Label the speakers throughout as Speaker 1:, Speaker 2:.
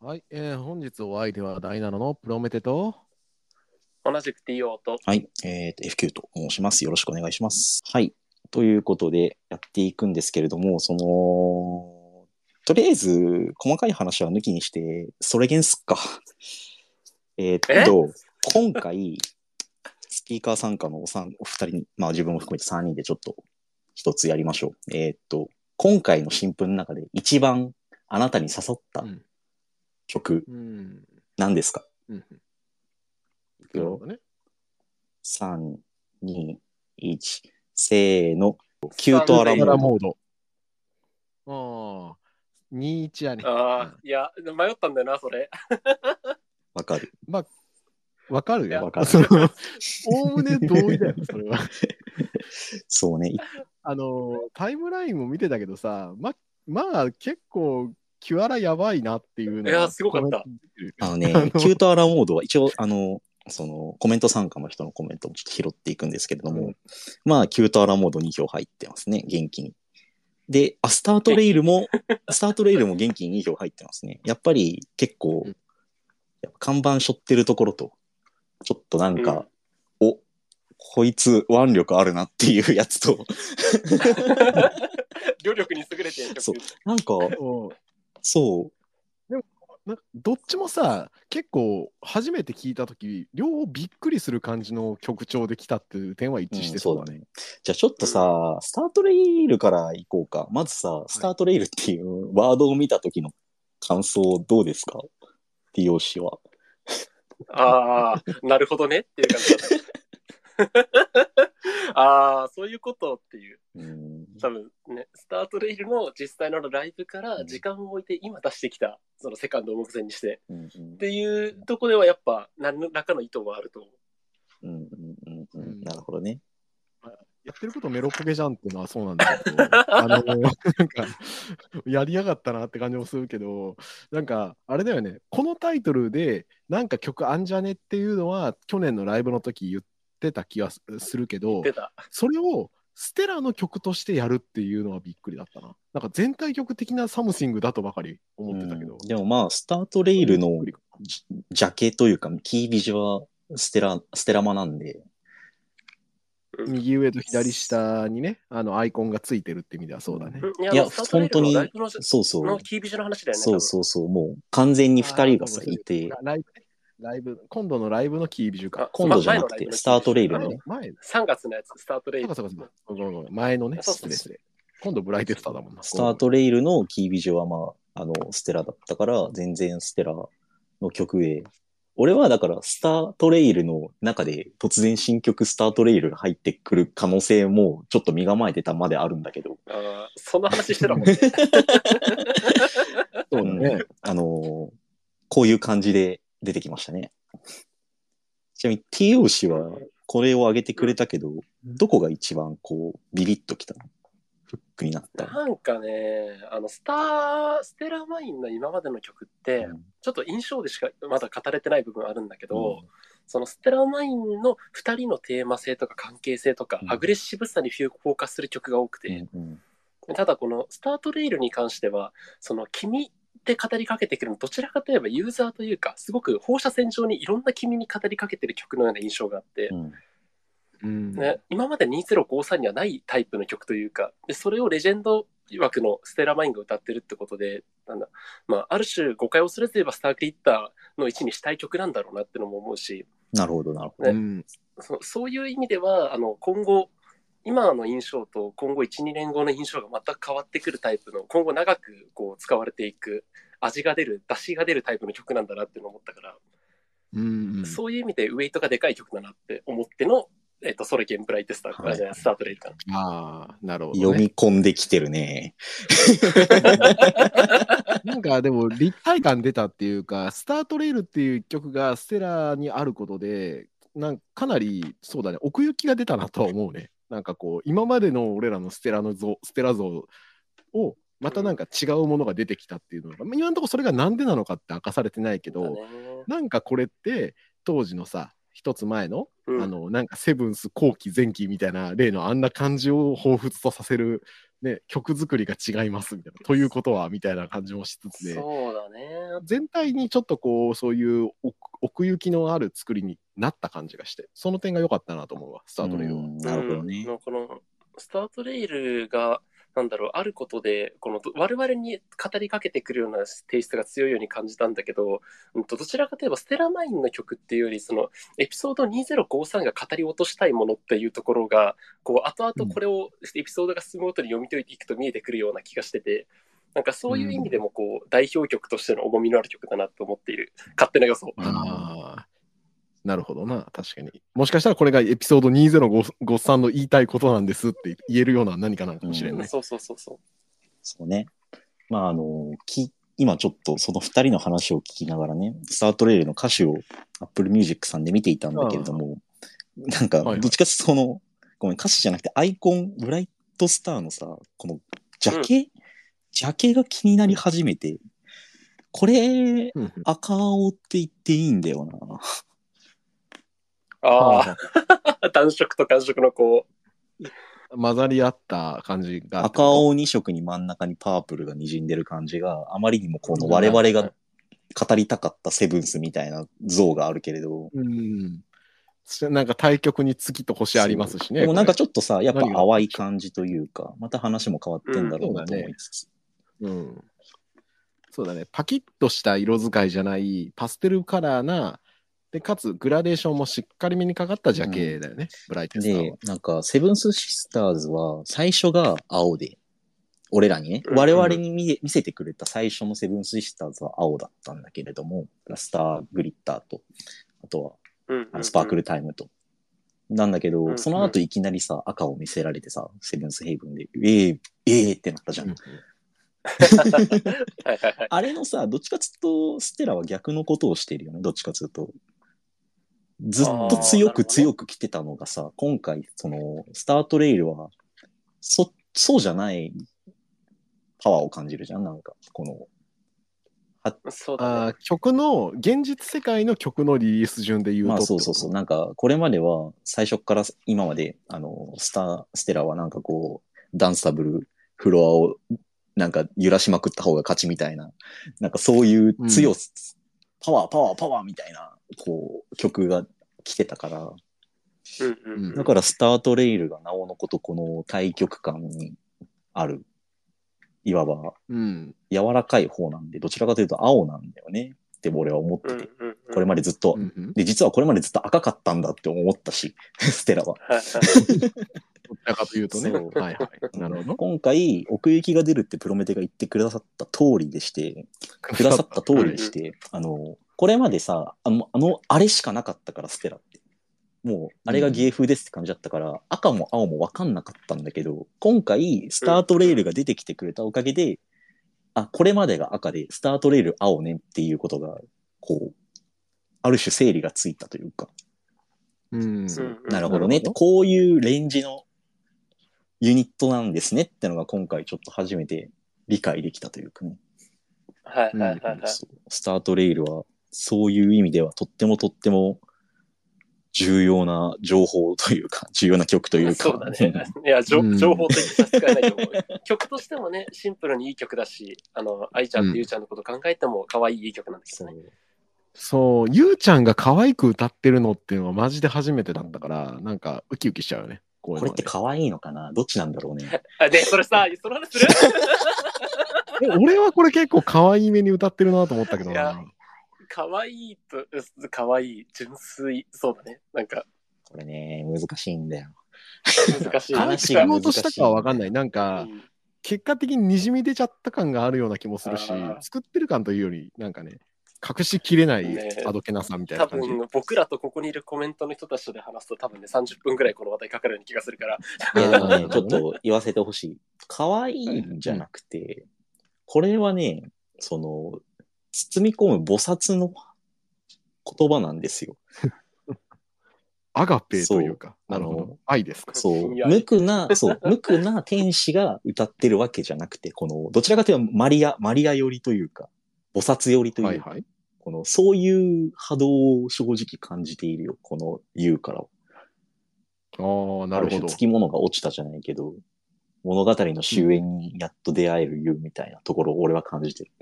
Speaker 1: はい、えー本日お相手は第7のプロメテと、
Speaker 2: 同じく TO と、
Speaker 3: はい、えー、FQ と申します。よろしくお願いします。はい。ということで、やっていくんですけれども、その、とりあえず、細かい話は抜きにして、それげんすっか。 えーっと、今回、スピーカー参加のお三お二人に、まあ自分も含めて3人でちょっと一つやりましょう。えーっと、今回の新聞の中で一番あなたに刺さった
Speaker 1: うん
Speaker 3: 曲、
Speaker 1: うん、
Speaker 3: 何ですか、
Speaker 1: うん、
Speaker 3: いく
Speaker 1: なる
Speaker 3: よ
Speaker 1: ほどね。
Speaker 3: 3、2、1、せーの、キュートアラ
Speaker 1: カラ
Speaker 3: モード。
Speaker 1: モード。ああ、21やね。
Speaker 2: ああ、いや、迷ったんだよな、それ。
Speaker 3: わかる。
Speaker 1: まあ、わかるよ。
Speaker 3: わかる
Speaker 1: そのおおむね同意だよ、それは。
Speaker 3: そうね。
Speaker 1: あの、タイムラインも見てたけどさ、ま、まあ、結構、キュアラやばいなっていうのが
Speaker 2: いやすごかった。
Speaker 3: あの ね、キュートアラモードは一応、あの、そのコメント参加の人のコメントもちょっと拾っていくんですけれども、
Speaker 1: うん
Speaker 3: まあ、キュートアラモード2票入ってますね、元気に。で、あ、スタートレイ ルも、スタートレイルも元気に2票入ってますね。やっぱり結構
Speaker 1: うん、
Speaker 3: やっぱ看板背負ってるところと、ちょっとなんか、お、こいつ腕力あるなっていうやつと、
Speaker 2: 旅力に優れてる曲
Speaker 3: そうなんか、
Speaker 1: うん
Speaker 3: そう、
Speaker 1: なんかどっちもさ結構初めて聞いた時両方びっくりする感じの曲調で来たっていう点は一致して
Speaker 3: そうだね。じゃあちょっとさ、スタートレイルから行こうか。まずさ、スタートレイルっていうワードを見た時の感想どうですか ?TO 氏は。
Speaker 2: ああ、なるほどねっていう感じだった。 ああ、そういうことっていう。
Speaker 3: うん
Speaker 2: 多分ね、スタートレイルの実際のライブから時間を置いて今出してきた、そのセカンドを目前にして。
Speaker 3: うん
Speaker 2: っていうとこではやっぱ何らかの意図はあると思う。
Speaker 3: うんうんうんうんなるほどね。
Speaker 1: やってることメロポケじゃんっていうのはそうなんだ けどあのなんかやりやがったなって感じもするけどなんかあれだよねこのタイトルでなんか曲あんじゃねっていうのは去年のライブの時言ってた気がすするけど
Speaker 2: 出た。
Speaker 1: それをステラの曲としてやるっていうのはびっくりだったななんか全体曲的なサムシングだとばかり思ってたけど、
Speaker 3: うんでもまあ、スタートレイルのジジャケというか、キービジュはステラ、ステラマなんで、
Speaker 1: 右上と左下にね、あのアイコンがついてるって意味ではそうだね。
Speaker 2: うんいや
Speaker 3: いや
Speaker 2: スタートレイルのライブの
Speaker 3: そうそう
Speaker 2: の、キービジュの話だよね。
Speaker 3: そうそうそう、もう完全に2人がさ
Speaker 1: あ、ー
Speaker 3: いて、
Speaker 1: ライブね、ライブ、今度のライブのキービジュか。
Speaker 3: 今度じゃな
Speaker 2: 前
Speaker 3: く
Speaker 2: のライブ
Speaker 3: て、
Speaker 2: の
Speaker 3: スタートレイ
Speaker 1: 前
Speaker 3: ル
Speaker 1: のね
Speaker 3: のね、
Speaker 1: 前
Speaker 2: 多分3月のやつ、スタートレイ
Speaker 1: そうか
Speaker 2: ル。
Speaker 1: そうかそうかごめんごめん前のね、
Speaker 2: そ
Speaker 1: 失
Speaker 2: うそう
Speaker 1: 礼失礼。今度ブライテスターだもんな。
Speaker 3: スタートレイルのキービジュはまあ、あの、ステラだったから、全然ステラの曲へ。俺はだから、スタートレイルの中で突然新曲スタートレイルが入ってくる可能性もちょっと身構えてたまであるんだけど、
Speaker 2: あーその話してた もんね。
Speaker 1: そうだね
Speaker 3: うんあのーこういう感じで出てきましたね。ちなみに TO 氏はこれを上げてくれたけど、どこが一番こう、ビビッときたのフックになったの
Speaker 2: なんかね、あの、スター、ステラマインの今までの曲って、ちょっと印象でしかまだ語れてない部分あるんだけど、そのステラマインの2人のテーマ性とか関係性とか、
Speaker 3: うん
Speaker 2: アグレッシブさにフュフォーカスする曲が多くて、
Speaker 3: うんうん
Speaker 2: ただこのスタートレイルに関しては、その君って語りかけてくるの、どちらかといえばユーザーというか、すごく放射線上にいろんな君に語りかけてる曲のような印象があって、
Speaker 3: うん
Speaker 1: うん
Speaker 2: ね、今まで2053にはないタイプの曲というかでそれをレジェンド枠のステラマインが歌ってるってことでなんだ、まあ、ある種誤解を恐れず言えばスター・クリッターの位置にしたい曲なんだろうなってのも思うし
Speaker 3: なるほど、なるほど。
Speaker 1: うん
Speaker 2: そそういう意味ではあの今後今の印象と今後12年後の印象が全く変わってくるタイプの今後長くこう使われていく味が出る出汁が出るタイプの曲なんだなっていうのを思ったから、
Speaker 1: うん
Speaker 2: そういう意味でウェイトがでかい曲だなって思っての、えっと、ソレケン・ブライテスターからじゃない、スタートレイルかな。
Speaker 1: ああ、なるほど、
Speaker 3: 読
Speaker 1: ね。
Speaker 3: み込んできてるね。
Speaker 1: なんかでも立体感出たっていうか、スタートレイルっていう曲がステラにあることで、なんかかなりそうだね、奥行きが出たなとは思うね。なんかこう、今までの俺らのステラの像、ステラ像を、またなんか違うものが出てきたっていうのが、まあ今のところそれがなんでなのかって明かされてないけど、
Speaker 2: だね
Speaker 1: なんかこれって当時のさ一つ前の,、
Speaker 2: うん
Speaker 1: あのなんかセブンス後期前期みたいな例のあんな感じを彷彿とさせるね、曲作りが違いますみたいな。ということはみたいな感じもしつつで、
Speaker 2: そうだね。
Speaker 1: 全体にちょっとこう、そういう奥奥行きのある作りになった感じがして、その点が良かったなと思うわ、スタートレイルは。
Speaker 3: うんなるほどね
Speaker 2: うん。のこのスタートレイルがなんだろうあることでこのど我々に語りかけてくるようなテイストが強いように感じたんだけど、うん、とどちらかといえばステラマインの曲っていうよりそのエピソード2053が語り落としたいものっていうところがこう後々これをエピソードが進むごとに読み解いていくと見えてくるような気がしてて。なんかそういう意味でもこう代表曲としての重みのある曲だなと思っている勝手な予想。
Speaker 3: うん
Speaker 1: ああ、なるほどな、確かに。もしかしたらこれがエピソード2053の言いたいことなんですって言えるような何かなのかもしれん
Speaker 3: う
Speaker 1: ね。
Speaker 2: そうそうそうそう。
Speaker 3: そうね。まあ、あの、き今ちょっとその二人の話を聞きながらね、スタートレールの歌詞を Apple Music さんで見ていたんだけれども、なんか、
Speaker 1: はいはい
Speaker 3: どっちかっていうとその、ごめん、歌詞じゃなくてアイコン、ブライトスターのさ、この、ジャケ、ジャケが気になり始めて、これ、
Speaker 1: うんうん
Speaker 3: 赤青って言っていいんだよな。
Speaker 2: ああ、暖色と寒色のこ
Speaker 1: 混ざり合った感じがあって
Speaker 3: 赤青2色に真ん中にパープルが滲んでる感じが、あまりにもこの我々が語りたかったセブンスみたいな像があるけれど、
Speaker 1: うん。そなんか対局に月と星ありますしね。
Speaker 3: でもなんか
Speaker 1: こ
Speaker 3: ちょっとさ、やっぱ
Speaker 1: 何が
Speaker 3: 淡い感じというか、また話も変わってんだろうなと思いつつ。
Speaker 1: れ、うん。そうだね。パキッとした色使いじゃない、パステルカラーな、で、かつグラデーションもしっかりめにかかったジャケだよね、ブライトスター
Speaker 3: で
Speaker 1: は。、
Speaker 3: なんか、セブンスシスターズは、最初が青で、俺らにね、
Speaker 2: うん
Speaker 3: 我々に見見せてくれた最初のセブンスシスターズは青だったんだけれども、ラスターグリッターと、あとは
Speaker 2: う、うんうん
Speaker 3: あ
Speaker 2: う
Speaker 3: の
Speaker 2: ん
Speaker 3: スパークルタイムと。なんだけ
Speaker 2: うんう
Speaker 3: ど、
Speaker 2: ん
Speaker 3: その後いきなりさ、赤を見せられてさ、セブンスヘイブンで、ええええってなったじゃん。
Speaker 2: はいはいはい。
Speaker 3: あれのさ、どっちかつうと、ステラは逆のことをしているよね、どっちかつうと。ずっと強く
Speaker 2: あーなる
Speaker 3: 強く来てたのがさ、今回、その、スタートレイルは、そ、そうじゃないパワーを感じるじゃん、なんか、この、
Speaker 2: そうだ
Speaker 1: あ
Speaker 2: ね。
Speaker 1: ー曲の、現実世界の曲のリリース順で言うと。
Speaker 3: まあそうそうそう。。なんか、これまでは最初から今まで、あの、スタ、ステラはなんかこう、ダンサブル、フロアをなんか揺らしまくった方が勝ちみたいな、なんかそういう強さ、パワー、パワー、パワーみたいな、こう、曲が来てたから、
Speaker 2: うんうんうん
Speaker 1: だ
Speaker 3: だからスタートレイルがなおのことこの対局感にある、いわば
Speaker 1: うん。
Speaker 3: 柔らかい方なんで、どちらかというと青なんだよねって俺は思って
Speaker 2: うん
Speaker 3: て、
Speaker 2: うんうん
Speaker 3: これまでずっと
Speaker 1: うんうん
Speaker 3: で、実はこれまでずっと赤かったんだって思ったし、 ステラは。
Speaker 2: はいはい
Speaker 1: どちらかというとね。
Speaker 3: そう
Speaker 1: はい はい。なるほど。
Speaker 3: 今回、奥行きが出るってプロメテが言ってくださった通り でして、くださった通りでして、あの、これまでさ、あの、あのあれしかなかったから、ステラって。もう、あれが芸風ですって感じだったから、赤も青も分かんなかったんだけど、今回、スタートレールが出てきてくれたおかげで、あ、これまでが赤で、スタートレール青ねっていうことが、こう、ある種整理がついたというか、
Speaker 1: うん。
Speaker 2: うんうん
Speaker 3: なるほど
Speaker 1: なるほ
Speaker 3: ね
Speaker 1: ど
Speaker 3: こういうレンジのユニットなんですねってのが今回ちょっと初めて理解できたというかね。
Speaker 2: はいはいはいはい。
Speaker 3: そうスタートレイルはそういう意味ではとってもとっても重要な情報というか、重要な曲というか。
Speaker 2: そうだね。いや、情
Speaker 1: うん
Speaker 2: 情報的に差し支えないと思う。曲としてもね、シンプルにいい曲だし、あの、愛ちゃんとゆうちゃんのこと考えても可愛いいい曲なんです
Speaker 3: そ
Speaker 2: よ
Speaker 3: う
Speaker 2: ね。
Speaker 1: そう、ゆうちゃんが可愛く歌ってるのっていうのはマジで初めてだったから、なんかウキウキしちゃうよね。こういう
Speaker 3: こ
Speaker 1: の
Speaker 3: れっ
Speaker 1: はね
Speaker 3: て可愛いのかなどっちなんだろうね。
Speaker 2: あ、で、それさ、その話する
Speaker 1: え俺はこれ結構可愛いめに歌ってるなと思ったけど
Speaker 2: いや
Speaker 1: な。
Speaker 2: 可愛いと、うん可愛い純粋、そうだね。なんか、
Speaker 3: これね、難しいんだよ。
Speaker 2: 難 しい。
Speaker 1: 何
Speaker 3: 話
Speaker 1: し
Speaker 3: が
Speaker 1: ようとしたかは分かんない。なん
Speaker 2: う
Speaker 1: か、
Speaker 2: ん
Speaker 1: 結果的ににじみ出ちゃった感があるような気もするし
Speaker 2: あー、
Speaker 1: 作ってる感というより、なんかね、隠しきれない
Speaker 2: ね
Speaker 1: あどけなさみたい
Speaker 2: 多
Speaker 1: な感じ。
Speaker 2: 分僕らとここにいるコメントの人たちとで話すと多分ね30分ぐらいこの話題かかるような気がするから
Speaker 3: いや、でも
Speaker 1: う
Speaker 3: ね
Speaker 1: ん、
Speaker 3: ちょっと言わせてほしい。可愛いんじゃなくて、これはね、その、包み込む菩薩の言葉なんですよ。
Speaker 1: アガペというか、
Speaker 3: そ
Speaker 1: な
Speaker 3: う
Speaker 1: るほ
Speaker 3: あ
Speaker 1: ど
Speaker 3: の。
Speaker 1: 愛ですか。
Speaker 3: そう、
Speaker 2: いや
Speaker 3: 無垢な、そう、無垢な天使が歌ってるわけじゃなくて、この、どちらかというとマリア、マリア寄りというか、菩薩寄りというか、
Speaker 1: はいはい。
Speaker 3: この、そういう波動を正直感じているよ、この言うからは。
Speaker 1: ああ、な
Speaker 3: あ
Speaker 1: るほ
Speaker 3: る種
Speaker 1: ど
Speaker 3: つ。きものが落ちたじゃないけど、物語の終焉にやっと出会えるゆみたいなところを俺は感じてる。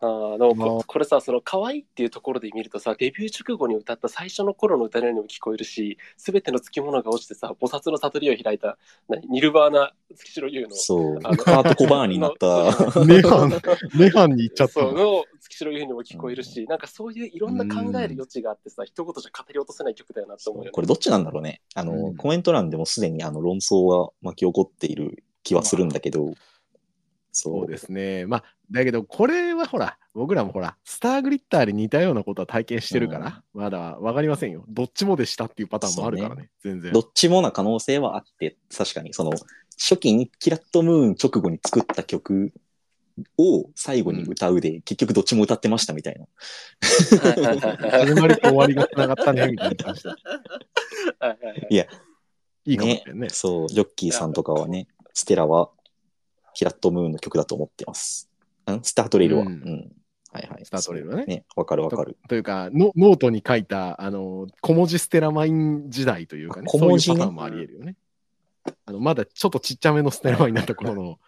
Speaker 2: あーでも
Speaker 1: ま
Speaker 2: こ
Speaker 1: あ
Speaker 2: これさその可愛いっていうところで見るとさデビュー直後に歌った最初の頃の歌のようにも聞こえるし全てのつきものが落ちてさ菩薩の悟りを開いた何ニルバーナ月城優の
Speaker 3: そう。
Speaker 2: あの
Speaker 3: カート・コバーンに な った。
Speaker 1: ネハン、ネハンに行っちゃった
Speaker 2: そ
Speaker 1: の。
Speaker 2: うの月城優にも聞こえるし、なんかそういういろんな考える余地があってさ一言じゃ語り落とせない曲だよなと思うよね
Speaker 3: これどっちなんだろうね。あ
Speaker 1: う
Speaker 3: の、
Speaker 1: ん
Speaker 3: コメント欄でもすでにあの論争が巻き起こっている気はするんだけど、そ
Speaker 1: そううですね。まあ、だけど、これはほら、僕らもほら、スターグリッターに似たようなことは体験してるから、まだわかりませんよ。どっちもでしたっていうパターンもあるからね、全然
Speaker 3: ど。っちもな可能性はあって、確かにその初期にキラットムーン直後に作った曲を最後に歌うで、結局どっちも歌ってましたみたいな。
Speaker 2: はいはいは い
Speaker 1: 始まりと終わりがつながったね、みた いな感じだ。
Speaker 2: はいはいはい
Speaker 1: いいかもしれんね。
Speaker 3: そう、ジョッキーさんとかはね、ステラはキラットムーンの曲だと思ってます。んスタートレイルは。う。
Speaker 1: うんん
Speaker 3: はいはい。
Speaker 1: スタートレイルはね
Speaker 3: ね、わかるわかる。
Speaker 1: というかノ、ノートに書いた、あの、小文字ステラマイン時代というかね、
Speaker 3: あ小文字
Speaker 1: そう
Speaker 3: ね
Speaker 1: いうパターンもあり得るよね。あのまだちょっとちっちゃめのステラマインになった頃の、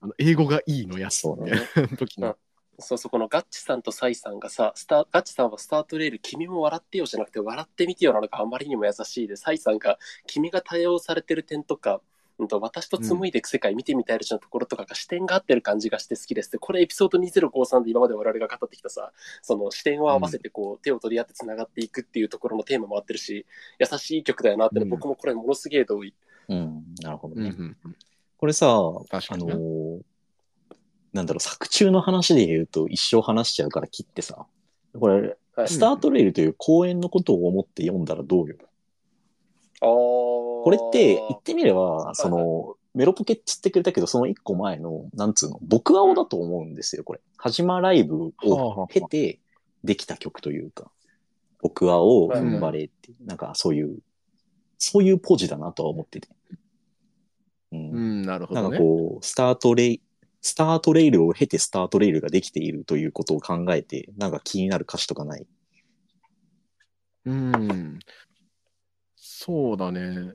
Speaker 1: あの英語がいいのやつ
Speaker 3: そうね。
Speaker 1: の 時の。
Speaker 2: そうそうこのガッチさんとサイさんがさスターガッチさんはスタートレール「君も笑ってよ」じゃなくて「笑ってみてよ」なのがあまりにも優しいでサイさんが「君が対応されてる点とか、うん、と私と紡いでいく世界見てみたいでしょ」のところとかが視点が合ってる感じがして好きですってこれエピソード2053で今まで我々が語ってきたさその視点を合わせてこう、手を取り合ってつながっていくっていうところのテーマも合ってるし優しい曲だよなってね、
Speaker 1: うん
Speaker 2: 僕もこれものすげえ同意。
Speaker 3: うん、なるほど
Speaker 1: うん
Speaker 3: ね。
Speaker 1: うん
Speaker 3: これさ、あ
Speaker 1: 確か
Speaker 3: の
Speaker 1: にな
Speaker 3: ーなんだろう、作中の話で言うと一生話しちゃうから切ってさ、これ、
Speaker 2: はい
Speaker 3: スタートレイルという公演のことを思って読んだらどうよ。
Speaker 2: こ
Speaker 3: これって、言ってみれば、
Speaker 2: い
Speaker 3: その、メロポケっつってくれたけど、その一個前の、なんつうの、僕青だと思うんですよ、これ。始まライブを経てできた曲というか、僕青、
Speaker 2: はい
Speaker 3: 踏ん張れって、なんかそういう、そういうポジだなとは思ってて。うん
Speaker 1: うん、なるほ
Speaker 3: な
Speaker 1: ど
Speaker 3: んか
Speaker 1: ね。
Speaker 3: こう、スタートレイ、スタートレイルを経てスタートレイルができているということを考えて、なんか気になる歌詞とかない。
Speaker 1: うん。そうだね。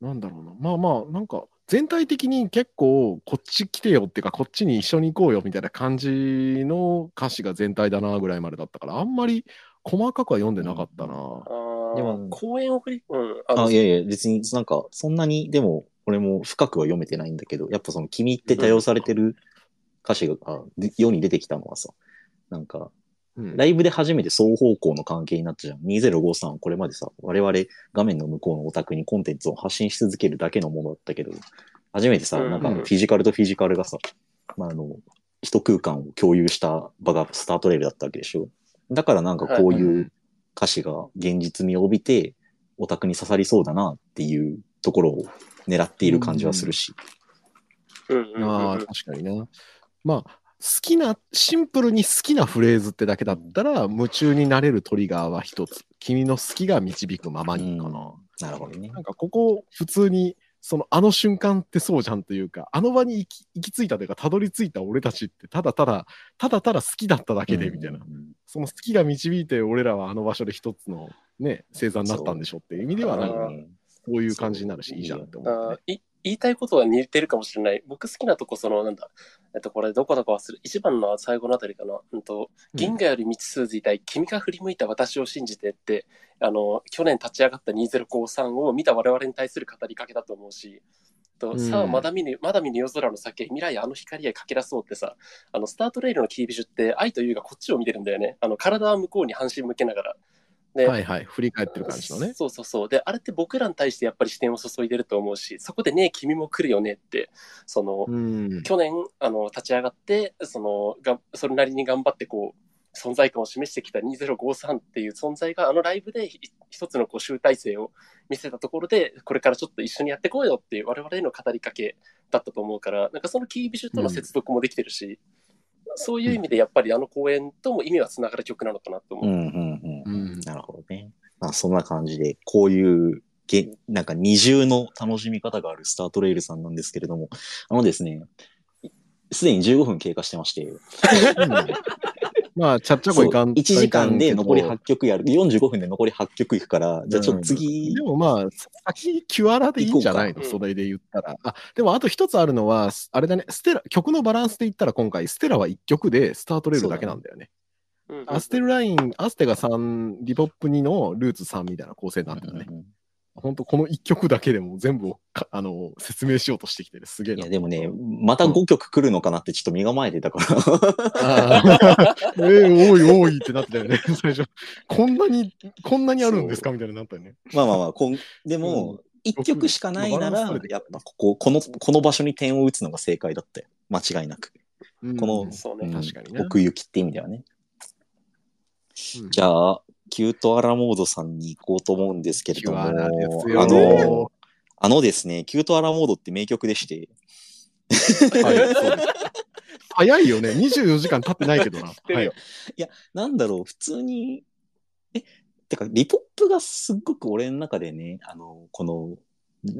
Speaker 1: なんだろうな。まあまあ、なんか、全体的に結構、こっち来てよっていうか、こっちに一緒に行こうよみたいな感じの歌詞が全体だなぐらいまでだったから、あんまり細かくは読んでなかったな。
Speaker 2: で
Speaker 3: でも
Speaker 2: も公演を振り、うん、あの
Speaker 3: あ、いやいや、別になんか、そんなに、でも、俺も深くは読めてないんだけど、やっぱその、君って多用されてる歌詞が、あで世に出てきたのはさ、なんか、
Speaker 1: うん
Speaker 3: ライブで初めて双方向の関係になったじゃん。2053はこれまでさ、我々画面の向こうのオタクにコンテンツを発信し続けるだけのものだったけど、初めてさ、
Speaker 2: うん
Speaker 3: なんかフィジカルとフィジカルがさ、まあ、あの、一空間を共有した場がスタートレールだったわけでしょ。だからなんかこういう歌詞が現実味を帯びて、オタクに刺さりそうだなっていうところを狙っている感じはするし。
Speaker 2: うんうんうんうん
Speaker 1: ああ、確かにな。まあ、好きな、シンプルに好きなフレーズってだけだったら、夢中になれるトリガーは一つ。君の好きが導くままにかな。
Speaker 3: なるほどね
Speaker 1: な。んかここ普通にそのあの瞬間ってそうじゃんというかあの場に行き行き着いたというかたどり着いた俺たちってただただただただ好きだっただけでみたいな、
Speaker 3: うん
Speaker 1: その好きが導いて俺らはあの場所で一つのね星座になったんでしょっていう意味では
Speaker 2: そう
Speaker 1: なんか
Speaker 2: あ
Speaker 1: こういう感じになるしいいじゃんって思う、
Speaker 2: あ
Speaker 1: ね
Speaker 2: ー、い言いたいことは似てるかもしれない。僕好きなとこ、その、なんだ、えっと、これ、どこだか忘れ、一番の最後のあたりかな。うんと、銀河より満ち通ずいたい、君が振り向いた私を信じてって、あの、去年立ち上がった2053を見た我々に対する語りかけだと思うし、と
Speaker 1: うん
Speaker 2: さあまだ見ぬまだ見ぬ夜空の先へ未来あの光へ駆け出そうってさあのスタートレールのキービジュって愛と優がこっちを見てるんだよねあの体は向こうに半身向けながらで、
Speaker 1: はいはい振り返ってる感じのね
Speaker 2: そうそうそう。で、あれって僕らに対してやっぱり視点を注いでると思うし、そこでね、君も来るよねって、その、
Speaker 1: うん
Speaker 2: 去年、あの、立ち上がって、その、が、それなりに頑張ってこう、存在感を示してきた2053っていう存在が、あのライブでひ一つのこう集大成を見せたところで、これからちょっと一緒にやってこうよっていう我々への語りかけだったと思うから、なんかそのキービジュとの接続もできてるし、そういう意味でやっぱりあの公演とも意味はつながる曲なのかなと思う。
Speaker 3: うんうんうん。
Speaker 1: うん
Speaker 3: なるほどね。まあそんな感じで、こういうげ、なんか二重の楽しみ方があるスタートレイルさんなんですけれども、あのですね、すでに15分経過してまして、
Speaker 1: まあ、ちゃっちゃこいかん。
Speaker 3: 1時間で残り
Speaker 1: いかん
Speaker 3: 8
Speaker 1: け
Speaker 3: 曲やる。45分で残り8曲いくから、じゃあちょっと次、
Speaker 1: どでもまあ、先にキュアラでいいんじゃない
Speaker 2: 行
Speaker 1: の
Speaker 2: こう
Speaker 1: そ
Speaker 2: か
Speaker 1: れで言ったら。あ、でもあと一つあるのは、あれだね、ステラ、曲のバランスで言ったら今回、ステラは1曲でスタートレールだけなんだよね。
Speaker 2: うんうん
Speaker 1: アステルライン、アステが3、リポップ2のルーツ3みたいな構成になってるね。
Speaker 3: うん
Speaker 1: 本当この1曲だけでも全部をかあの説明しようとしてきてる。すげえ
Speaker 3: い
Speaker 1: な
Speaker 3: や、。でもね、また5曲来るのかなってちょっと身構えてたから。
Speaker 1: あーえー、多い多いってなってたよね、 最初。こんなに、こんなにあるんですかみたいになったよね。
Speaker 3: まあまあまあ、こんでも、1曲しかないなら、やっぱここ、この、この場所に点を打つのが正解だったよ。間違いなく。
Speaker 1: うん
Speaker 3: この
Speaker 1: うん
Speaker 2: そう
Speaker 3: う
Speaker 2: ね
Speaker 3: ん。
Speaker 1: 確かにね
Speaker 3: 奥行きって意味ではね。じゃあ、キュートアラモードさんに行こうと思うんですけれども、あ
Speaker 1: キュアラですよ
Speaker 3: の、あのですね、キュートアラモードって名曲でして、
Speaker 1: はいそうです早いよね、24時間経ってないけどな。
Speaker 2: てるよ
Speaker 3: なんだろう、普通に、え、てか、リポップがすっごく俺の中でね、あの、この、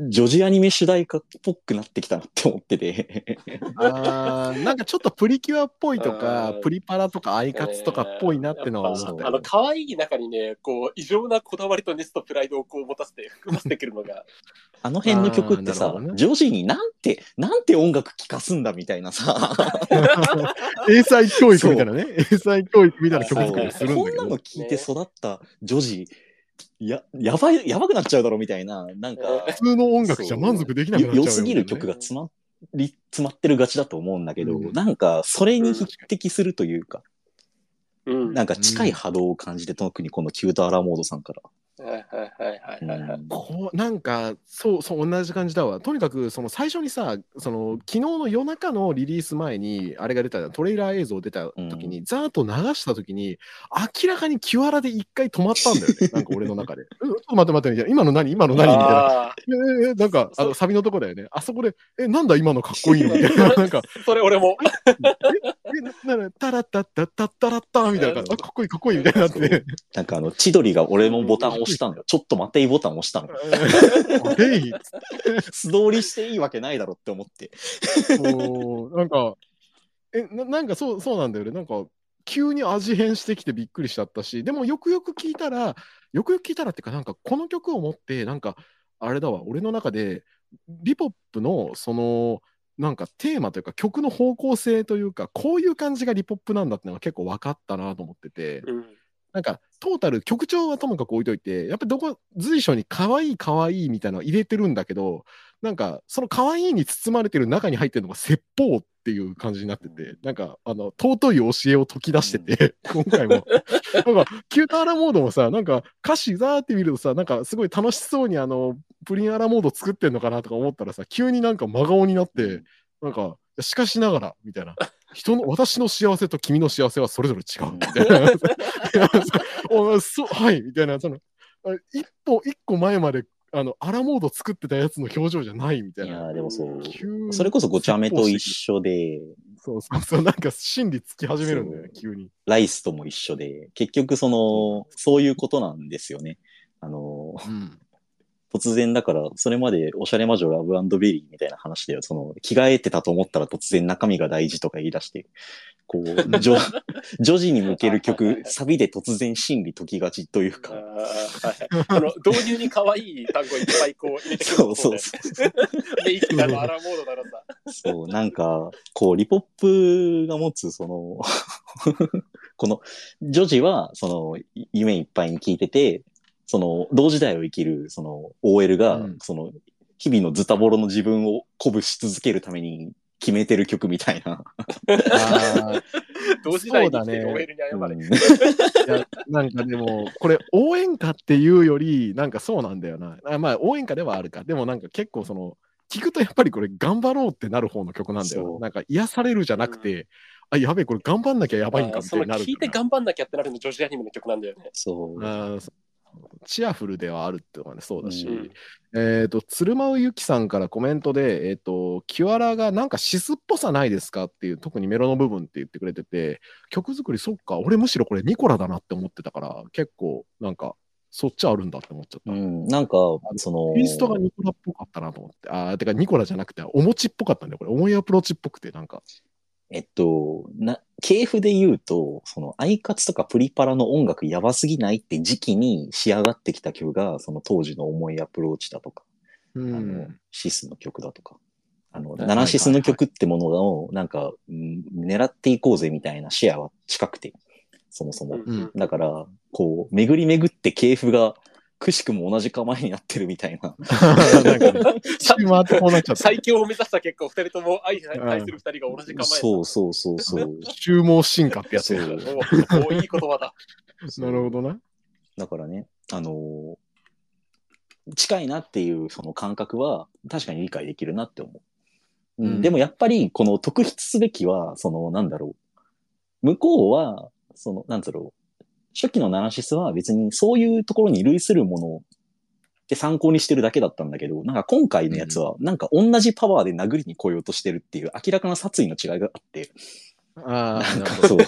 Speaker 3: ジョジアニメ主題歌っぽくなってきたなって思ってて。
Speaker 1: はいあーなんかちょっとプリキュアっぽいとか
Speaker 2: あー、
Speaker 1: プリパラとかアイカツとかっぽいなってのは思った
Speaker 2: あ
Speaker 1: よ
Speaker 2: の
Speaker 1: ね。
Speaker 2: 可愛い中にね、こう異常なこだわりと熱とプライドをこう持たせて含ませてくるの が、
Speaker 3: あの辺の曲って
Speaker 1: あーな
Speaker 3: さ
Speaker 1: るほど、ね
Speaker 3: ジョジになんて、なんて音楽聴かすんだみたいなさ、
Speaker 1: 英才教育みたいなね、英才教育みたいな曲作りをするん
Speaker 3: こ
Speaker 1: だ
Speaker 3: ん
Speaker 1: け
Speaker 3: な
Speaker 1: ど
Speaker 3: の。聞いて育った女児、や、やばい、やばくなっちゃうだろみたいな、なんか、
Speaker 1: 普通の音楽じゃ満足できなくなっちゃうよ、
Speaker 3: 良すぎる曲が詰まり、詰まってるがちだと思うんだけど、
Speaker 1: うん
Speaker 3: なんか、それに匹敵するというか、
Speaker 2: うん
Speaker 3: なんか近い波動を感じて、特にこのキュートアラモードさんから。
Speaker 2: はいはいはいはいはいはい。
Speaker 3: うん
Speaker 1: こうなんかそうそう同じ感じだわとにかくその最初にさその昨日の夜中のリリース前にあれが出たじゃんトレーラー映像出た時に、ざーっと流した時に明らかにキュアラで一回止まったんだよねなんか俺の中で「うんちょっと待って待って」みたいな「今の何今の何?」みたいな。
Speaker 2: ああ
Speaker 1: えーえーなんかあのサビのとこだよね。あそこで、え、なんだ今のかっこいいのみたいな。なんか、
Speaker 2: それ俺も。
Speaker 1: え、ななんかタラッタッタッタッタラッタみたいな感じ。あ、かっこいいかっこいいみたいにな って。
Speaker 3: なんかあの、千鳥が俺のボタンを押したのよ。ちょっと待ていボタンを押したの。
Speaker 1: レイ
Speaker 3: 素通りしていいわけないだろって思って。
Speaker 1: もうなんか、えな、なんかそうそうなんだよね。なんか、急に味変してきてびっくりしちゃったし、でもよくよく聞いたら、よくよく聞いたらっていうか、なんかこの曲を持って、なんか、あれだわ、俺の中で、リポップのその、なんかテーマというか曲の方向性というか、こういう感じがリポップなんだってのが結構分かったなと思ってて。
Speaker 2: うん
Speaker 1: なんかトータル曲調はともかく置いといてやっぱどこ随所に可愛い可愛いみたいなのを入れてるんだけどなんかその可愛いに包まれてる中に入ってるのが説法っていう感じになっててなんかあの尊い教えを解き出してて、今回も なんかキュートアラモードもさなんか歌詞ザーって見るとさなんかすごい楽しそうにあのプリンアラモード作ってんのかなとか思ったらさ急になんか真顔になってなんかしかしながらみたいな人の私の幸せと君の幸せはそれぞれ違うみたいな。 おそうはいみたいなそのあ一歩一個前まであのアラモード作ってたやつの表情じゃないみた
Speaker 3: い
Speaker 1: いな。
Speaker 3: やーでもそう。
Speaker 1: 急に
Speaker 3: それこそごちゃめと一緒で、
Speaker 1: そうそうそうなんか心理つき始めるんだよね急に。
Speaker 3: ライスとも一緒で、結局その、そういうことなんですよね。あの、突然だから、それまでおしゃれ魔女ラブベリーみたいな話で、その、着替えてたと思ったら突然中身が大事とか言い出して、こう、 女女児に向ける曲、サビで突然心理解きがちという
Speaker 2: あー
Speaker 3: か、
Speaker 2: はいはいあの導入に可愛い単語いっぱいこう入れてくる
Speaker 3: そうそう
Speaker 2: で
Speaker 3: そう。
Speaker 2: メイキだのアラモードだのさ。
Speaker 3: そう、なんか、こう、リポップが持つ、その、 この、女児は、その、い夢いっぱいに聞いてて、その、同時代を生きる、その、OL が、
Speaker 1: うん
Speaker 3: その、日々のズタボロの自分を鼓舞し続けるために決めてる曲みたいな。
Speaker 2: 同時代
Speaker 1: そう
Speaker 2: に来て
Speaker 1: だね
Speaker 2: OL に謝れ。
Speaker 3: うん
Speaker 1: いやなんかでもこれ応援歌っていうよりなんかそうなんだよなあまあ応援歌ではあるかでもなんか結構その聞くとやっぱりこれ頑張ろうってなる方の曲なんだ
Speaker 3: そ
Speaker 1: よ
Speaker 3: う
Speaker 1: なんか癒されるじゃなくて、あやべえこれ頑張んなきゃやばいんか
Speaker 2: あー
Speaker 1: みた
Speaker 2: そ
Speaker 1: い
Speaker 2: の
Speaker 1: になる
Speaker 2: 聞いて
Speaker 1: から
Speaker 2: 頑張んなきゃってなるの女子アニメの曲なんだよね。
Speaker 3: そう。
Speaker 1: あーそうチアフルではあるっていうのがねそうだし、
Speaker 3: うん
Speaker 1: えっ、と、鶴舞ゆきさんからコメントで、えっ、と、キュアラがなんかシスっぽさないですかっていう、特にメロの部分って言ってくれてて、曲作り、そっか、俺むしろこれニコラだなって思ってたから、結構、なんか、そっちあるんだって思っちゃっ
Speaker 3: う
Speaker 1: た。
Speaker 3: ん、なんか、その、
Speaker 1: インストがニコラっぽかったなと思って、ああ、てかニコラじゃなくて、お餅っぽかったんだよ、これ。重いアプローチっぽくて、なんか、
Speaker 3: えっと、な、系譜で言うと、その、アイカツとかプリパラの音楽やばすぎないって時期に仕上がってきた曲が、その当時の重いアプローチだとか、
Speaker 1: う
Speaker 3: あ
Speaker 1: ん
Speaker 3: の。、シスの曲だとか、あの、
Speaker 1: いはい
Speaker 3: ナナシスの曲ってものを、なんか、うん狙っていこうぜみたいなシェアは近くて、そもそも。
Speaker 1: うん
Speaker 2: うん
Speaker 3: だから、こう、巡り巡って系譜が、くしくも同じ構えになってるみたいな。
Speaker 1: なんかね、一周回ってこうなっちゃった。
Speaker 2: 最強を目指した結果、お二人とも相対する二人が同じ構えだった
Speaker 3: そうそうそうそう。
Speaker 1: 注文進化 ってやつや。
Speaker 3: そう
Speaker 2: おおいい言葉だ。
Speaker 1: なるほどな。
Speaker 3: だからね、あのー近いなっていうその感覚は確かに理解できるなって思う。うん
Speaker 1: うん
Speaker 3: でもやっぱりこの特筆すべきは、そのなんだろう。向こうは、そのなんだろう。初期のナナシスは別にそういうところに類するもので参考にしてるだけだったんだけど、なんか今回のやつはなんか同じパワーで殴りに来ようとしてるっていう明らかな殺意の違いがあって、
Speaker 1: ああ、
Speaker 3: なん
Speaker 1: なる
Speaker 3: か
Speaker 1: ほど
Speaker 3: そう。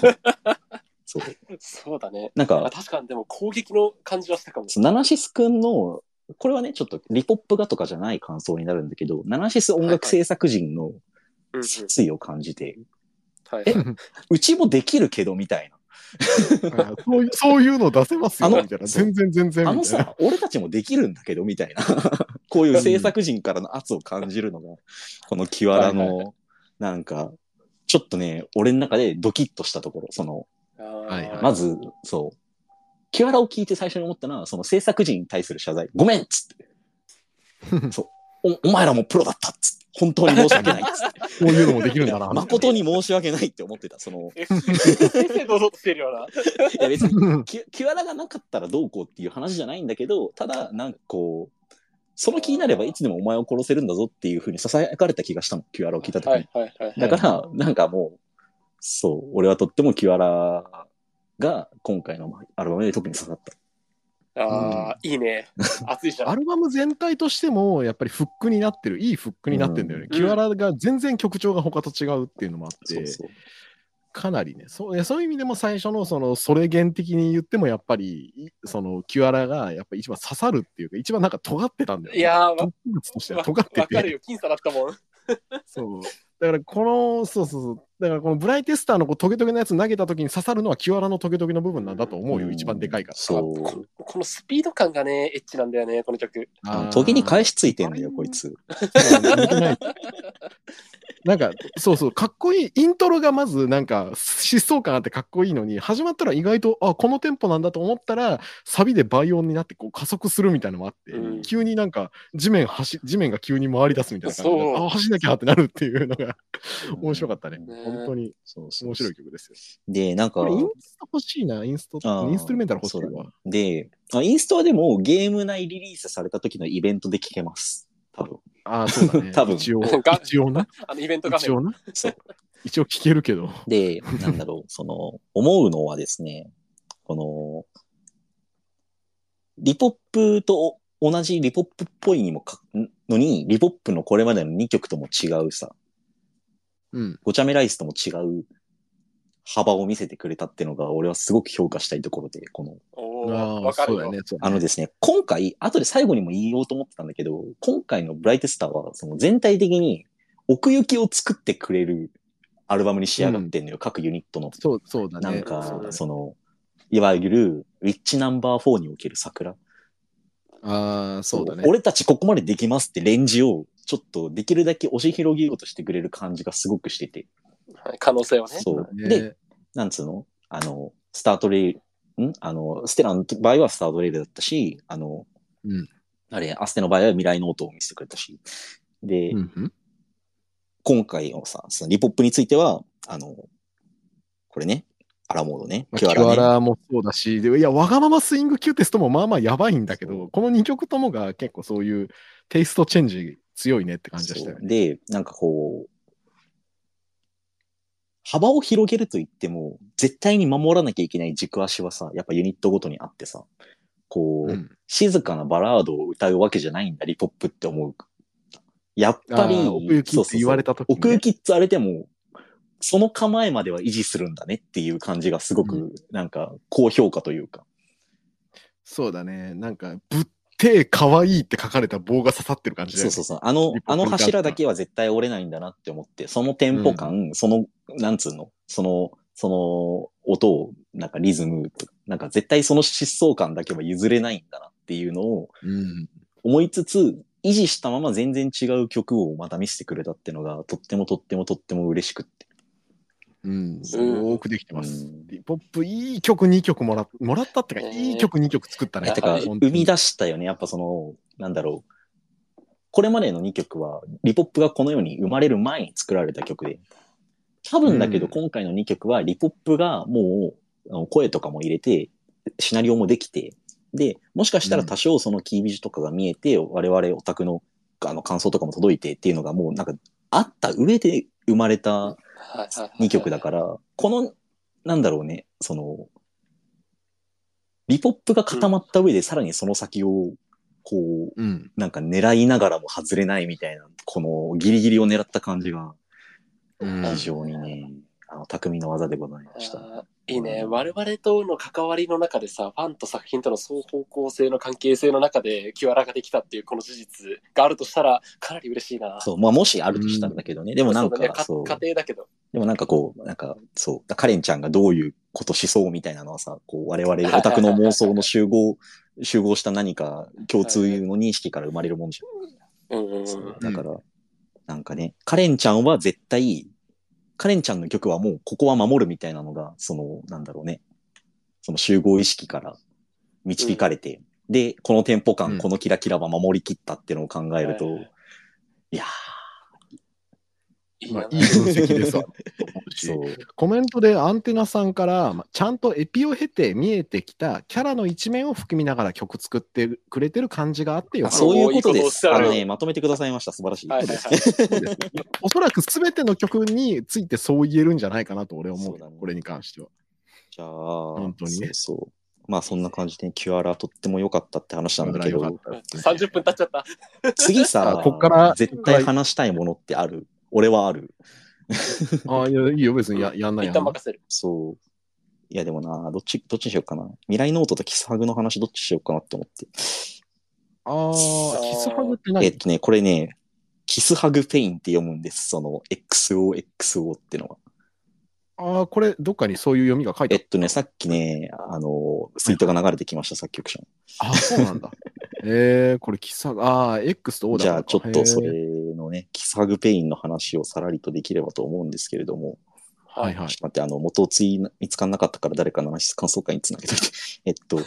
Speaker 3: そう。
Speaker 2: そうだね。
Speaker 3: なんか
Speaker 2: あ、確かにでも攻撃の感じはしたかも。
Speaker 3: ナナシスくんの、これはね、ちょっとリポップがとかじゃない感想になるんだけど、ナナシス音楽制作人の
Speaker 2: うんうん
Speaker 3: 殺意を感じて、
Speaker 2: はい
Speaker 3: えうちもできるけどみたい
Speaker 1: あー そういうそういうの出せます
Speaker 3: あの
Speaker 1: よ、みたいな。全然全然。
Speaker 3: な。あの
Speaker 1: みたいな
Speaker 3: さ、俺たちもできるんだけどみたいな。 こういう制作人からの圧を感じるのが、このキワラ
Speaker 1: はい
Speaker 3: の、なんか、ちょっとね、俺の中でドキッとしたところ、その、
Speaker 2: あー
Speaker 1: はいはい
Speaker 3: まず、そう、キワラを聞いて最初に思ったのは、その制作人に対する謝罪、ごめんっつって、おお前らもプロだったっつって、本当に申し訳ないっつって。
Speaker 1: こういうのもできるんだな。
Speaker 3: 誠に申し訳ないって思ってた。その、
Speaker 2: え先生堂々としてるような。
Speaker 3: いや別に、
Speaker 1: うん
Speaker 3: キュキュアラがなかったらどうこうっていう話じゃないんだけど、ただ、なんかこう、その気になればいつでもお前を殺せるんだぞっていうふうに囁かれた気がしたの、キュアラを聞いた時に。
Speaker 2: はいはいはい。
Speaker 3: だから、なんかもう、そう、俺はとってもキュアラが今回のアルバムで特に刺さった。
Speaker 2: ああ、い いね。熱いじゃ
Speaker 1: ア
Speaker 2: ん。
Speaker 1: ルバム全体としても、やっぱりフックになってる、いいフックになってんだよね。
Speaker 2: うん
Speaker 1: キュアラが全然曲調が他と違うっていうのもあって、
Speaker 3: そうそう。
Speaker 1: かなりねそう、いやそういう意味でも最初の、その、それ原的に言っても、やっぱり、いその、キュアラが、やっぱり一番刺さるっていうか、一番なんか尖ってたんだよ、ね。
Speaker 2: いやーわ
Speaker 1: 突物としては
Speaker 2: わ
Speaker 1: 尖って
Speaker 2: わか
Speaker 1: て
Speaker 2: る。よ、僅差だったもん。
Speaker 1: そう。だからこの、そうそうそう。だからこのブライテスターのこうトゲトゲのやつ投げた時に刺さるのはキュアラのトゲトゲの部分なんだと思うよ。
Speaker 3: うん
Speaker 1: 一番でかいから。
Speaker 3: そう。
Speaker 2: このスピード感がね、エッチなんだよね、この曲。
Speaker 3: あ
Speaker 1: あ
Speaker 3: の、時に返
Speaker 1: し
Speaker 3: しついてんだよ、こいつ。
Speaker 1: ない。 なんか、そうそう、かっこいい。イントロがまず、なんか、疾走感あってかっこいいのに、始まったら意外と、あ、このテンポなんだと思ったら、サビで倍音になって、こう、加速するみたいなのもあって、
Speaker 2: うん
Speaker 1: 急になんか、地面走、地面が急に回り出すみたいな感じで、
Speaker 2: そう
Speaker 1: あ、走んなきゃってなるっていうのが、面白かったね。
Speaker 3: うん
Speaker 2: ね
Speaker 1: 本当に
Speaker 3: そうそう
Speaker 1: 面白い曲ですよ。
Speaker 3: で、なんか
Speaker 1: こ、れインスト欲しいな、インスト。
Speaker 3: あー
Speaker 1: インストゥルメンタル欲しい
Speaker 3: そうだ
Speaker 1: わ
Speaker 3: ね。で、あインストはでもゲーム内リリースされた時のイベントで聞けます。多分。
Speaker 1: ああ、そうだね。
Speaker 3: 多分
Speaker 1: 一応、
Speaker 2: が
Speaker 1: 一応な。
Speaker 2: あのイベント画
Speaker 1: 一
Speaker 2: 面。
Speaker 1: 応な。
Speaker 3: そう
Speaker 1: 一応聞けるけど。
Speaker 3: で、なんだろう、その、思うのはですね、この、リポップとお同じリポップっぽいにもかのに、リポップのこれまでの2曲とも違うさ、
Speaker 1: うん。
Speaker 3: ごちゃめライスとも違う幅を見せてくれたってのが、俺はすごく評価したいところで、この、
Speaker 2: お
Speaker 1: あ
Speaker 2: お、
Speaker 1: あ
Speaker 2: わ
Speaker 1: ー、
Speaker 2: かる
Speaker 1: そうだ
Speaker 2: よ。
Speaker 1: ね。そう
Speaker 3: あのですね、今回、後で最後にも言おうと思ってたんだけど、今回のブライテスターは、その全体的に奥行きを作ってくれるアルバムに仕上がってんのよ、各ユニットの。
Speaker 1: そうそうだね。
Speaker 3: なん
Speaker 2: そうだ、
Speaker 3: か
Speaker 2: ね
Speaker 3: その、いわゆる、ウィッチナンバー4における桜。
Speaker 1: ああ、そうだね。
Speaker 3: 俺たちここまでできますってレンジを、ちょっとできるだけ押し広げようとしてくれる感じがすごくしてて。
Speaker 2: はい可能性はね。
Speaker 3: そう。
Speaker 1: ね
Speaker 3: で、なんつうのあの、スタートレール、んあの、ステラの場合はスタートレールだったし、あの、
Speaker 1: うん
Speaker 3: あれ、アステの場合は未来の音を見せてくれたし。で、
Speaker 1: うんうん
Speaker 3: 今回のさ、そのリポップについては、あの、これね、アラモードね、
Speaker 1: まあキ
Speaker 3: キュアラ
Speaker 1: ュ
Speaker 3: ね。
Speaker 1: アラもそうだし、でいや、わがままスイングキューテストもまあまあやばいんだけ
Speaker 3: そ
Speaker 1: ど、この2曲ともが結構そういうテイストチェンジ強いねって感じがしたよ
Speaker 3: そう
Speaker 1: ね。
Speaker 3: で、なんかこう、幅を広げると言っても、絶対に守らなきゃいけない軸足はさ、やっぱユニットごとにあってさ、こう、
Speaker 1: うん
Speaker 3: 静かなバラードを歌うわけじゃないんだ、リポップって思う。やっぱり
Speaker 1: あー、奥行きって言われた時
Speaker 3: そうそう
Speaker 1: に
Speaker 3: そう奥
Speaker 1: ね
Speaker 3: 行きってあれでも、その構えまでは維持するんだねっていう感じがすご
Speaker 1: う
Speaker 3: く、なんか、高評価というか。
Speaker 1: そうだね。なんか、ぶっ手かわいいって書かれた棒が刺さってる感じだよ
Speaker 3: そう
Speaker 1: ね
Speaker 3: そうそう。あの
Speaker 1: リ、ポ
Speaker 3: あ
Speaker 1: プ
Speaker 3: の
Speaker 1: リント
Speaker 3: 柱だけは絶対折れないんだなって思って、そのテンポ感、その、なんつうの、その、その音を、なんかリズムとか、なんか絶対その疾走感だけは譲れないんだなっていうのを
Speaker 1: うん
Speaker 3: 思いつつ、維持したまま全然違う曲をまた見せてくれたってのが、とってもとってもとっても嬉しくって。
Speaker 1: うん、す
Speaker 2: うん
Speaker 1: ごくできてます。
Speaker 3: うん
Speaker 1: リポップいい曲2曲もらっもらったってか、
Speaker 2: ね
Speaker 1: いい曲2曲作ったね。
Speaker 3: てか、
Speaker 1: 本
Speaker 3: 生
Speaker 1: 当に
Speaker 3: み出したよね。やっぱその、なんだろう。これまでの2曲は、リポップがこの世に生まれる前に作られた曲で、多分だけ
Speaker 1: う
Speaker 3: ど
Speaker 1: ん
Speaker 3: 今回の2曲は、リポップがもうあの、声とかも入れて、シナリオもできて、で、もしかしたら多少そのキービジュとかが見えて、我々オタクのあの感想とかも届いてっていうのがもうなんか、あった上で生まれた
Speaker 2: はいはいはい
Speaker 3: 2曲だから、この、なんだろうね、その、リポップが固まった上で、さらにその先を、こう、
Speaker 1: うん、
Speaker 3: なんか狙いながらも外れないみたいな、このギリギリを狙った感じが、
Speaker 1: うん
Speaker 3: 非常にね、あの、匠の技でございました。
Speaker 2: あーいいね我々との関わりの中でさファンと作品との双方向性の関係性の中でキュアラができたっていうこの事実があるとしたらかなり嬉しいな
Speaker 3: そう、まあ、もしあるとしたんだけどね、でもなん
Speaker 2: そうだね
Speaker 3: か、そう、
Speaker 2: 家庭だけど
Speaker 3: でもなんかこう、なんか、そう、カレンちゃんがどういうことしそうみたいなのはさ、こう、我々オタクの妄想の集合、集合した何か共通の認識から生まれるもんじゃん。
Speaker 2: うんうんうん
Speaker 3: そうだから、なんかね、カレンちゃんは絶対、カレンちゃんの曲はもうここは守るみたいなのが、その、なんだろうね、その集合意識から導かれて、で、このテンポ感、
Speaker 1: うん
Speaker 3: このキラキラは守りきったっていうのを考えると、
Speaker 2: はい
Speaker 3: い
Speaker 2: はいはい
Speaker 3: や
Speaker 2: いい
Speaker 1: ま
Speaker 2: な
Speaker 1: あ、いい分析です わ
Speaker 3: ー、そう、
Speaker 1: コメントでアンテナさんから、まあちゃんとエピを経て見えてきたキャラの一面を含みながら曲作ってくれてる感じがあってよ
Speaker 3: あ
Speaker 1: かった
Speaker 3: そういうことで
Speaker 2: おーいいこ
Speaker 3: す。
Speaker 2: とおっしゃ
Speaker 3: あ
Speaker 2: る
Speaker 3: のね、まとめてくださいました。素晴らしい。
Speaker 2: はいはいはい
Speaker 1: おそらく全ての曲についてそう言えるんじゃないかなと俺は思
Speaker 3: そう
Speaker 1: う
Speaker 3: だね
Speaker 1: これに関しては。
Speaker 3: じゃあ、
Speaker 1: 本当にね
Speaker 3: そうそう。まあそんな感じで、キュアラとっても良かったって話なんだけ
Speaker 1: よかっ
Speaker 3: ど、
Speaker 1: たですね
Speaker 2: 30分経っちゃった
Speaker 3: 次さ
Speaker 1: あ、こっから
Speaker 3: 絶対話したいものってある。俺はある。
Speaker 1: ああ、いやいいよ、別にややんない
Speaker 2: 一
Speaker 1: やん
Speaker 2: 旦
Speaker 1: ない
Speaker 2: 任せる
Speaker 3: そう。いやでもな、どっち、どっちにしようかな。未来ノートとキスハグの話どっちしようかなって思って。
Speaker 1: ああ、キスハグって
Speaker 3: えっ
Speaker 1: 何
Speaker 3: とね、これね、キスハグペインって読むんです。その、XOXO ってのは。
Speaker 1: ああ、これ、どっかにそういう読みが書い
Speaker 3: え
Speaker 1: て
Speaker 3: っとね、さっきね、あの、ツイートが流れてきました、作曲者の。
Speaker 1: ある。あそうなん だ。えー、これ、キスハグ、ああ、X と O だ
Speaker 3: じゃあちょっとそれ
Speaker 1: へ
Speaker 3: のね、キスハグペインの話をさらりとできればと思うんですけれども、
Speaker 1: ーはいはい
Speaker 3: ちょっ。と待って、あの、元ツイ見つかんなかったから誰かの話、感想会につなげといて。えっと、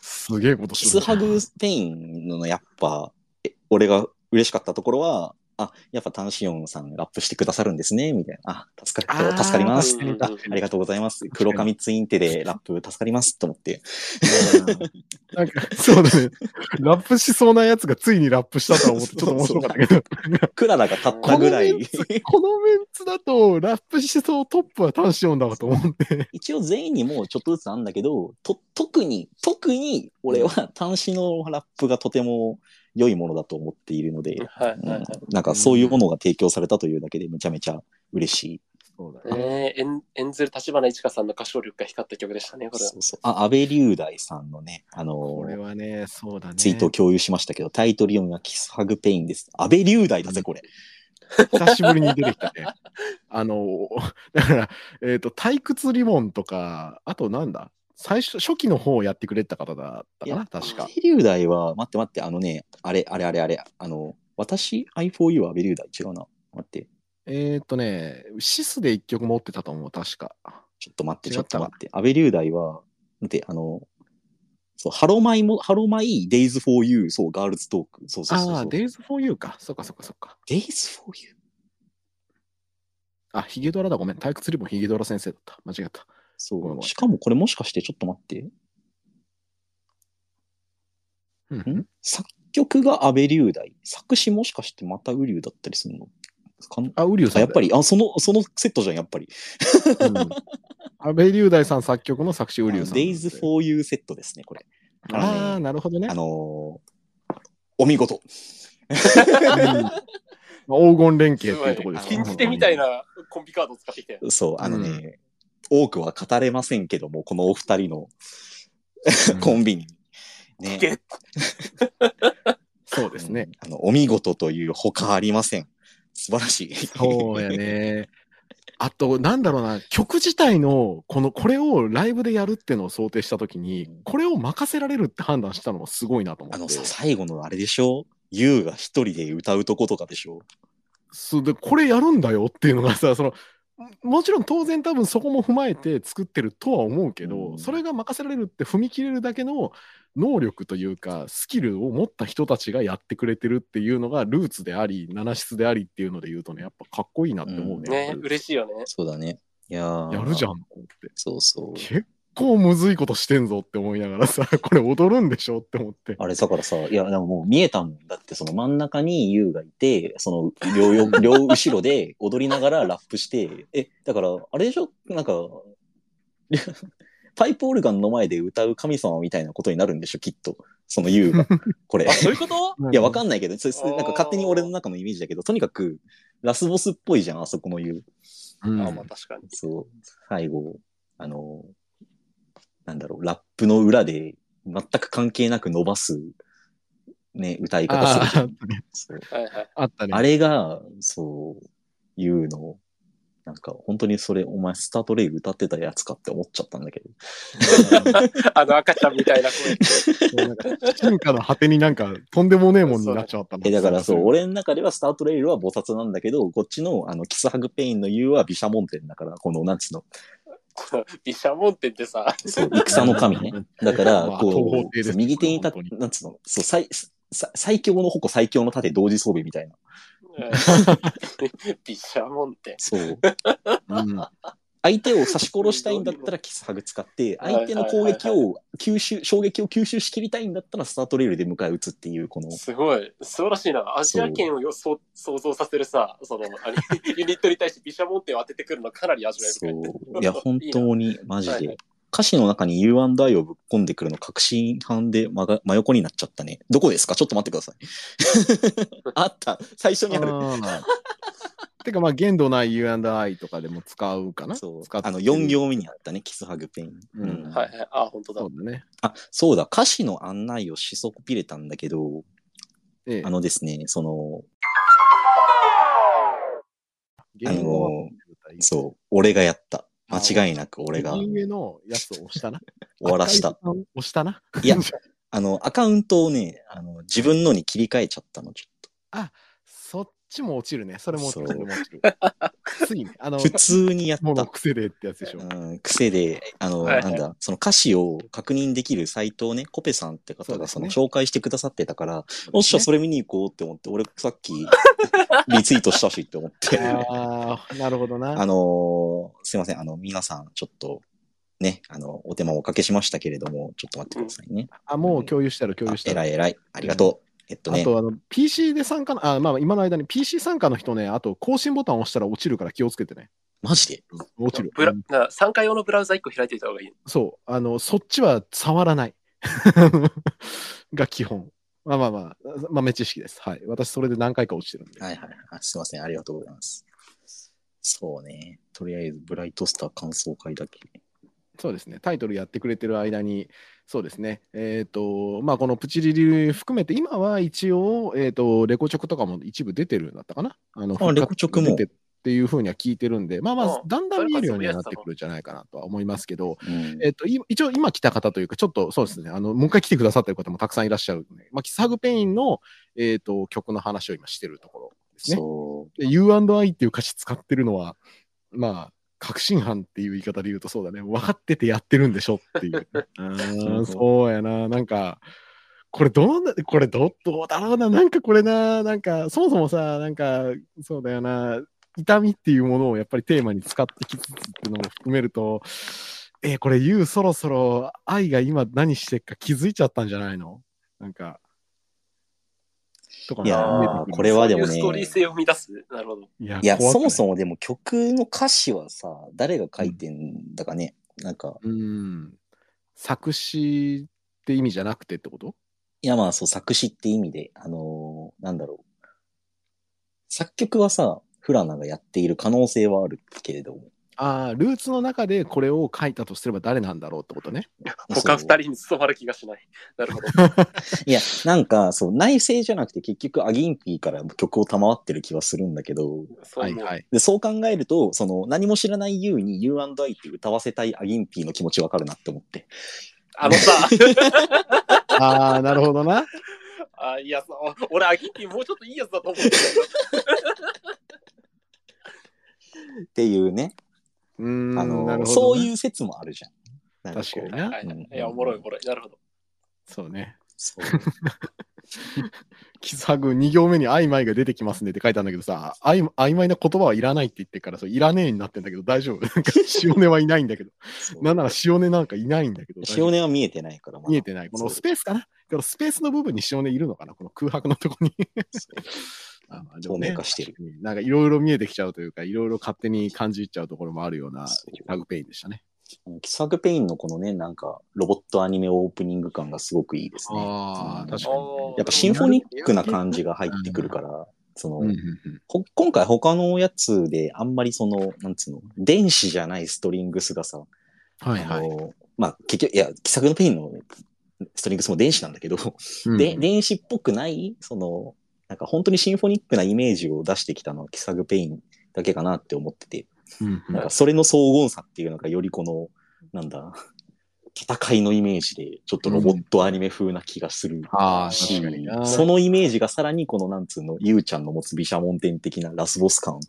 Speaker 1: すげえこと
Speaker 3: キ
Speaker 1: す
Speaker 3: ス
Speaker 1: る。
Speaker 3: ハグスペインのやっぱ、え俺が嬉しかったところは、あ、やっぱタンシオンさんラップしてくださるんですね、みたいな。あ、助か
Speaker 1: あー
Speaker 3: る、助かります
Speaker 2: 確かに。
Speaker 3: あありがとうございます。黒髪ツインテでラップ助かります、と思って。
Speaker 1: なんか、そうだね。ラップしそうなやつがついにラップしたとは思って、 ちょっと面白かったけど。
Speaker 3: クララがたったぐらい
Speaker 1: このメン。ツこのメンツだと、ラップしそうトップは端子音だわと思って。
Speaker 3: 一応全員にもうちょっとずつあんだけど、と、特に、特に俺は端子のラップがとても良いものだと思っているので、
Speaker 2: はいはいはい
Speaker 3: うんなんかそういうものが提供されたというだけでめちゃめちゃ嬉しい。
Speaker 1: そうだね。
Speaker 2: ねえ、演演ずる立花一華さんの歌唱力が光った曲でしたね、これは。
Speaker 3: そうそう。あ、安倍龍大さんのね、あの
Speaker 1: これはね、そうだね。
Speaker 3: ツイートを共有しましたけど、タイトル読みはキスハグペインです。安倍龍大だぜ、これ。
Speaker 1: 久しぶりに出てきたね。 あの、だから、えっ、と、退屈リボンとか、あとなんだ最初、初期の方をやってくれてた方だった
Speaker 3: い
Speaker 1: かな
Speaker 3: や
Speaker 1: 確
Speaker 3: 安
Speaker 1: か
Speaker 3: 倍。龍大は、待って待って、あのね、あれ、あれあれあれ、あの、私、I4U は安倍龍大違うな。待って、
Speaker 1: えっ、とね、シスで一曲持ってたと思う、確か。
Speaker 3: ちょっと待って、
Speaker 1: 違っ
Speaker 3: ち
Speaker 1: た
Speaker 3: ょっと待って。安倍龍大は、待って、あの、そう、ハロマイも、ハロマイ、デイズ 4U、そう、ガールズトーク。そうそうそう
Speaker 1: ああ、
Speaker 3: そう。
Speaker 1: Days for You か。そっかそっかそっか。
Speaker 3: デイズ 4U?
Speaker 1: あ、ヒゲドラだ、ごめん。退屈リボン、ヒゲドラ先生だった。間違った。ごめんご
Speaker 3: そ
Speaker 1: めん
Speaker 3: う。しかもこれもしかして、ちょっと待って。
Speaker 1: うん
Speaker 3: ん作曲が安倍龍大。作詞もしかしてまた雨竜だったりするのかん
Speaker 1: あ、ウリュウさんだ
Speaker 3: あ
Speaker 1: よ。
Speaker 3: やっぱり、あ、その、そのセットじゃん、やっぱり。
Speaker 1: うん。安倍龍大さん作曲の作詞ウリュウさん。
Speaker 3: デイズ・フォー・ユーセットですね、これ。
Speaker 1: ああ、なるほどね
Speaker 3: あ。のーお見事。
Speaker 1: うん黄金連携っていうところです
Speaker 2: 禁
Speaker 1: ね
Speaker 2: じ手みたいなコンビカードを使ってきたよ。
Speaker 3: そう、あのね、多くは語れませんけども、このお二人のコンビにね
Speaker 2: 聞。け
Speaker 1: そうですね。
Speaker 3: うん。あの、お見事というほかありません。素晴らしい。
Speaker 1: そうやね。あと、なんだろうな、曲自体の、この、これをライブでやるってのを想定したときに、これを任せられるって判断したのもすごいなと思って。
Speaker 3: あのさ、最後のあれでしょ優が一人で歌うとことかでしょ
Speaker 1: そうでこれやるんだよっていうのがさそのももちろん当然多分そこも踏まえて作ってるとは思うけど、
Speaker 3: うん
Speaker 1: それが任せられるって踏み切れるだけの能力というかスキルを持った人たちがやってくれてるっていうのがルーツであり七室でありっていうので言うとねやっぱかっこいいなって思う
Speaker 3: うん
Speaker 1: ね,、
Speaker 2: ね、嬉しいよね。
Speaker 3: そうだね。いやー
Speaker 1: やるじゃんと思って
Speaker 3: そうそう。
Speaker 1: 結構むずいことしてんぞって思いながらさ これ踊るんでしょって思って
Speaker 3: あれだからさ、いや、でももう見えたもんだって、その真ん中に優がいて、その両よ 両後ろで踊りながらラップして、え、だから、あれでしょなんか、 パイプオルガンの前で歌う神様みたいなことになるんでしょきっと。その優が。これ
Speaker 2: あ、。そういうこと
Speaker 1: い
Speaker 3: いや、わ
Speaker 1: ん
Speaker 3: かんないけど、そそ
Speaker 2: あー
Speaker 3: なんか勝手に俺の中のイメージだけど、とにかく、ラスボスっぽいじゃん、あそこの優。
Speaker 1: ない、うん
Speaker 2: あまあ確かに。
Speaker 3: そう、最後、あの、なんだろう、ラップの裏で、全く関係なく伸ばす、ね、歌い方するじゃん
Speaker 1: あー
Speaker 3: そう
Speaker 2: はいはい。
Speaker 1: あったね
Speaker 3: あれが、そう、言うの、なんか、本当にそれ、お前、スタートレイル歌ってたやつかって思っちゃったんだけど。
Speaker 2: あの赤ちゃんみたいな声。
Speaker 1: なんか進化の果てになんかとんでもねえもんになっちゃったな
Speaker 3: え、だからそう、俺の中ではスタートレイルは菩薩なんだけど、こっちの、あの、キスハグペインの言うは毘沙門天だから、この、なんつうの、
Speaker 2: 毘沙門天ってさ、
Speaker 3: そう、戦の 神ね。だから、
Speaker 1: まあ東方
Speaker 3: こ
Speaker 1: 帝です
Speaker 3: う、
Speaker 1: よ
Speaker 3: 右手に立
Speaker 1: 本当
Speaker 3: っなんつうの、そう、最、最最強の矛、最強の盾、同時装備みたいな。
Speaker 2: 毘沙門天。
Speaker 3: そう。
Speaker 1: うん
Speaker 3: 相手を刺し殺したいんだったらキスハグ使って、
Speaker 2: はいはい
Speaker 3: 相手の攻撃を吸収、衝撃を吸収しきりたいんだったらスタートレールで迎え撃つっていう、この、
Speaker 2: すごい、素晴らしいな。アジア圏をよそう想像させるさ、そのあれユニットに対して毘沙門天を当ててくるのかなり味わい深い。
Speaker 3: そう。いや、本当に、マジ
Speaker 2: はいは
Speaker 3: で
Speaker 2: い。
Speaker 3: 歌詞の中に U&I をぶっ込んでくるの確信犯で真が真横になっちゃったね。どこですかちょっと待ってください。 あった。最初にある。
Speaker 1: あーてかまあ限度ない U&I とかでも使うかな
Speaker 3: そう
Speaker 1: 使って
Speaker 3: あ
Speaker 1: る
Speaker 3: の4行目にあったね、キスハグペイン。
Speaker 1: うん
Speaker 2: はいはい。あ、本当だ
Speaker 1: そ。うだね、
Speaker 3: あそうだ、歌詞の案内をしそこびれたんだけど、
Speaker 1: ええ
Speaker 3: あ、のですね、その、
Speaker 1: 言語は
Speaker 3: あのそう、俺がやった。間違いなく俺が
Speaker 1: 右
Speaker 3: 終
Speaker 1: 上のやつを押 したな
Speaker 3: わらした。
Speaker 1: 赤いボタンを押したない
Speaker 3: やあの、アカウントをね、あの自分のに切り替えちゃったの、ちょっと。
Speaker 1: そっちも落ちるねそれも落ちる
Speaker 3: そう
Speaker 1: それも落 ちるついねあの
Speaker 3: 普通にやっ
Speaker 1: もの
Speaker 3: た。
Speaker 1: 癖でってやつでしょ、
Speaker 3: うん、癖で、あの、
Speaker 2: はいはい
Speaker 3: なんだ、その歌詞を確認できるサイトをね、コペさんって方
Speaker 1: そう
Speaker 3: が
Speaker 1: で
Speaker 3: そ
Speaker 1: す
Speaker 3: の
Speaker 1: ね
Speaker 3: 紹介してくださってたから、おっしゃ、それ見に行こうって思って、俺さっきリツイートしたしって思って。
Speaker 1: ああなるほどな
Speaker 3: あのーすいません、あの、皆さん、ちょっと、ね、あの、お手間をおかけしましたけれども、ちょっと待ってくださいね。
Speaker 1: あもう共有したら共有した
Speaker 3: え
Speaker 1: ら
Speaker 3: らいえらい。ありがとう。えっと
Speaker 1: あ
Speaker 3: ね、
Speaker 1: とあの PC で参加のあまあ今の間に PC 参加の人ねあと更新ボタンを押したら落ちるから気をつけてね
Speaker 3: マジで
Speaker 1: 落ちる
Speaker 2: ブラな参加用のブラウザ1個開いておいた方がいい。
Speaker 1: そうあのそっちは触らない が基本まあまあまあ豆知識ですはい私それで何回か落ちてるんで
Speaker 3: はいはい。あすいません、ありがとうございます。そうね。とりあえず、ブライトスター感想会だけ。
Speaker 1: そうですねタイトルやってくれてる間にそうですねえっ、とまあこのプチリリ含めて今は一応えっ、とレコチョクとかも一部出てるんだったかなあの
Speaker 3: あレコチョクも
Speaker 1: 出てっていうふうには聞いてるんでまあまあ
Speaker 2: うん
Speaker 1: だんだん見えるようにはなってくるんじゃないかなとは思いますけど
Speaker 3: うん
Speaker 1: えっと、い一応今来た方というか、ちょっとそうですね、あの、もう一回来てくださってる方もたくさんいらっしゃるので、まあ、キスハグペインの、えっと、曲の話を今してるところですね。
Speaker 3: そう。
Speaker 1: で U&I っていう歌詞使ってるのは、まあ、確信犯っていう言い方で言うとそうだね、分かっててやってるんでしょっていう。あーそうやな、なんか、これどうな、これどうどうだろうな、なんかこれな、なんか、そもそもさ、なんか、そうだよな、痛みっていうものをやっぱりテーマに使ってきつつっていうのも含めると、えーこれ、ユウそろそろ愛が今何してっか気づいちゃったんじゃないのなんか。とか
Speaker 3: いやー
Speaker 1: 見えてくる
Speaker 3: これはでもね
Speaker 2: そういうストーリー性を生み出す。なるほど。
Speaker 1: いや
Speaker 3: いや、そも
Speaker 1: も。
Speaker 3: そもでも曲の歌詞はさ、誰が書いてんだかね。なんか、
Speaker 1: うん。作詞って意味じゃなくてってこと
Speaker 3: いやまあそう、作詞って意味で、あのーなんだろう。作曲はさ、フラナがやっている可能性はあるけれども、
Speaker 1: ああ、ルーツの中でこれを書いたとすれば誰なんだろうってことね。
Speaker 2: 他二人に務まる気がしない。なるほど。
Speaker 3: いや、なんか、そう、内政じゃなくて結局アギンピーから曲を賜ってる気はするんだけど、
Speaker 2: そう
Speaker 1: はい
Speaker 2: 思う。
Speaker 1: はい。
Speaker 3: でそう考えると、その何も知らない You に U&I って歌わせたいアギンピーの気持ちわかるなって思って。
Speaker 2: あのさ、
Speaker 1: ああ、なるほどな。
Speaker 2: あいやそう俺、アギッティもうちょっといいやつだと思ってたけど
Speaker 3: っていうね、
Speaker 1: うーん、
Speaker 3: あの、
Speaker 1: なるほどね
Speaker 3: そういう説もあるじゃん。なんこう
Speaker 1: 確かに
Speaker 2: はい
Speaker 1: な。
Speaker 2: はい
Speaker 3: うん
Speaker 2: いや、おもろいおもろい。なるほど。
Speaker 1: そうね。
Speaker 3: そう。
Speaker 1: キサグ2行目に曖昧が出てきますねって書いたんだけどさ、曖曖昧な言葉はいらないって言ってから、そういらねえになってんだけど大丈夫。 なんか塩根はいないんだけど。
Speaker 3: そう
Speaker 1: なんなら塩根なんかいないんだけど。
Speaker 3: 塩根は見えてないから、まだ
Speaker 1: 見えてない。このスペースかなこのスペースの部分に塩根いるのかなこの空白のとこに。あまあでもね
Speaker 3: 透明化してる。
Speaker 1: なんかいろいろ見えてきちゃうというか、いろいろ勝手に感じ入っちゃうところもあるような
Speaker 3: そう
Speaker 1: タグペインでしたね。
Speaker 3: そうキサグペインのこのね、なんか、ロボットアニメオープニング感がすごくいいですね。
Speaker 1: ああ、
Speaker 3: うん
Speaker 1: 確か
Speaker 2: あ
Speaker 1: に。
Speaker 2: ー
Speaker 3: やっぱシンフォニックな感じが入ってくるから、その、
Speaker 1: うんうんうん
Speaker 3: ほ今回他のやつであんまりその、なんつうの、電子じゃないストリングスがさ、
Speaker 1: はいは
Speaker 3: あ
Speaker 1: い。
Speaker 3: の、まあ、結局、いや、キサグのペインのストリングスも電子なんだけど、で、
Speaker 1: うん
Speaker 3: 電子っぽくない、その、なんか本当にシンフォニックなイメージを出してきたのはキサグペインだけかなって思ってて、
Speaker 1: うんうん
Speaker 3: なんかそれの荘厳さっていうのがよりこの、なんだ、戦いのイメージで、ちょっとロボットアニメ風な気がする
Speaker 1: ああ、
Speaker 3: し、
Speaker 1: 確かにな。
Speaker 3: そのイメージがさらにこのなんつうの、ゆうちゃんの持つ毘沙門天的なラスボス感を、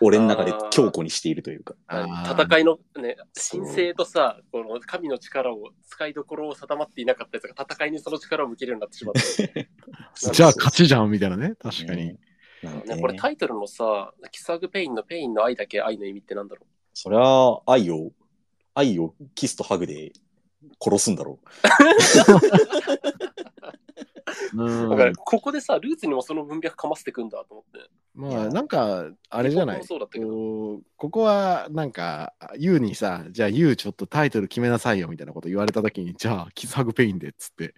Speaker 3: 俺の中で強固にしているというか。
Speaker 1: あー
Speaker 2: 戦いのね、神聖とさ、この神の力を、使いどころを定まっていなかったやつが、戦いにその力を向けるようになってしまった。
Speaker 1: じゃあ勝ちじゃんみたいなね。確かに。。
Speaker 3: なんか
Speaker 2: ね、
Speaker 3: ね
Speaker 2: これタイトルのさ、キサグペインのペインの愛だけ愛の意味ってなんだろ
Speaker 3: そりゃ、愛を、愛をキスとハグで殺すんだろう。
Speaker 2: うだからここでさ、ルーツにもその文脈かませてくんだと思って。
Speaker 1: まあ、なんか、あれじゃない
Speaker 2: 僕も。そうだったけど。
Speaker 1: こうここはなんか、ユウにさ、じゃあユウちょっとタイトル決めなさいよみたいなこと言われたときに、じゃあ、キスハグペインでっつって、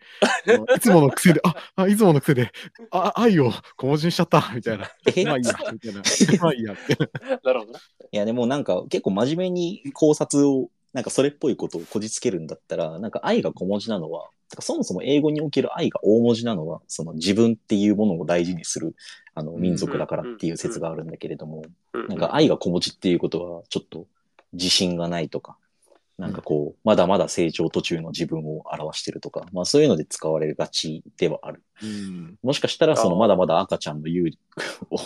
Speaker 1: いつもの癖で、ああいつもの癖で、あ愛を小文字にしちゃったみたいな、
Speaker 3: え
Speaker 1: まあいいや、みたいな、 まあいいやって。
Speaker 2: なるほどね。
Speaker 3: いや、でもなんか結構真面目に考察を、なんかそれっぽいことをこじつけるんだったら、なんか愛が小文字なのは、てかそもそも英語における愛が大文字なのは、その自分っていうものを大事にするあの
Speaker 1: うん
Speaker 3: 民族だからっていう説があるんだけれども、
Speaker 2: うん
Speaker 3: なんか愛が小文字っていうことは、ちょっと自信がないとか、なんかこう、まだまだ成長途中の自分を表してるとか、まあそういうので使われがちではある。
Speaker 1: うん、
Speaker 3: もしかしたら、その
Speaker 2: あー
Speaker 3: まだまだ赤ちゃんの優を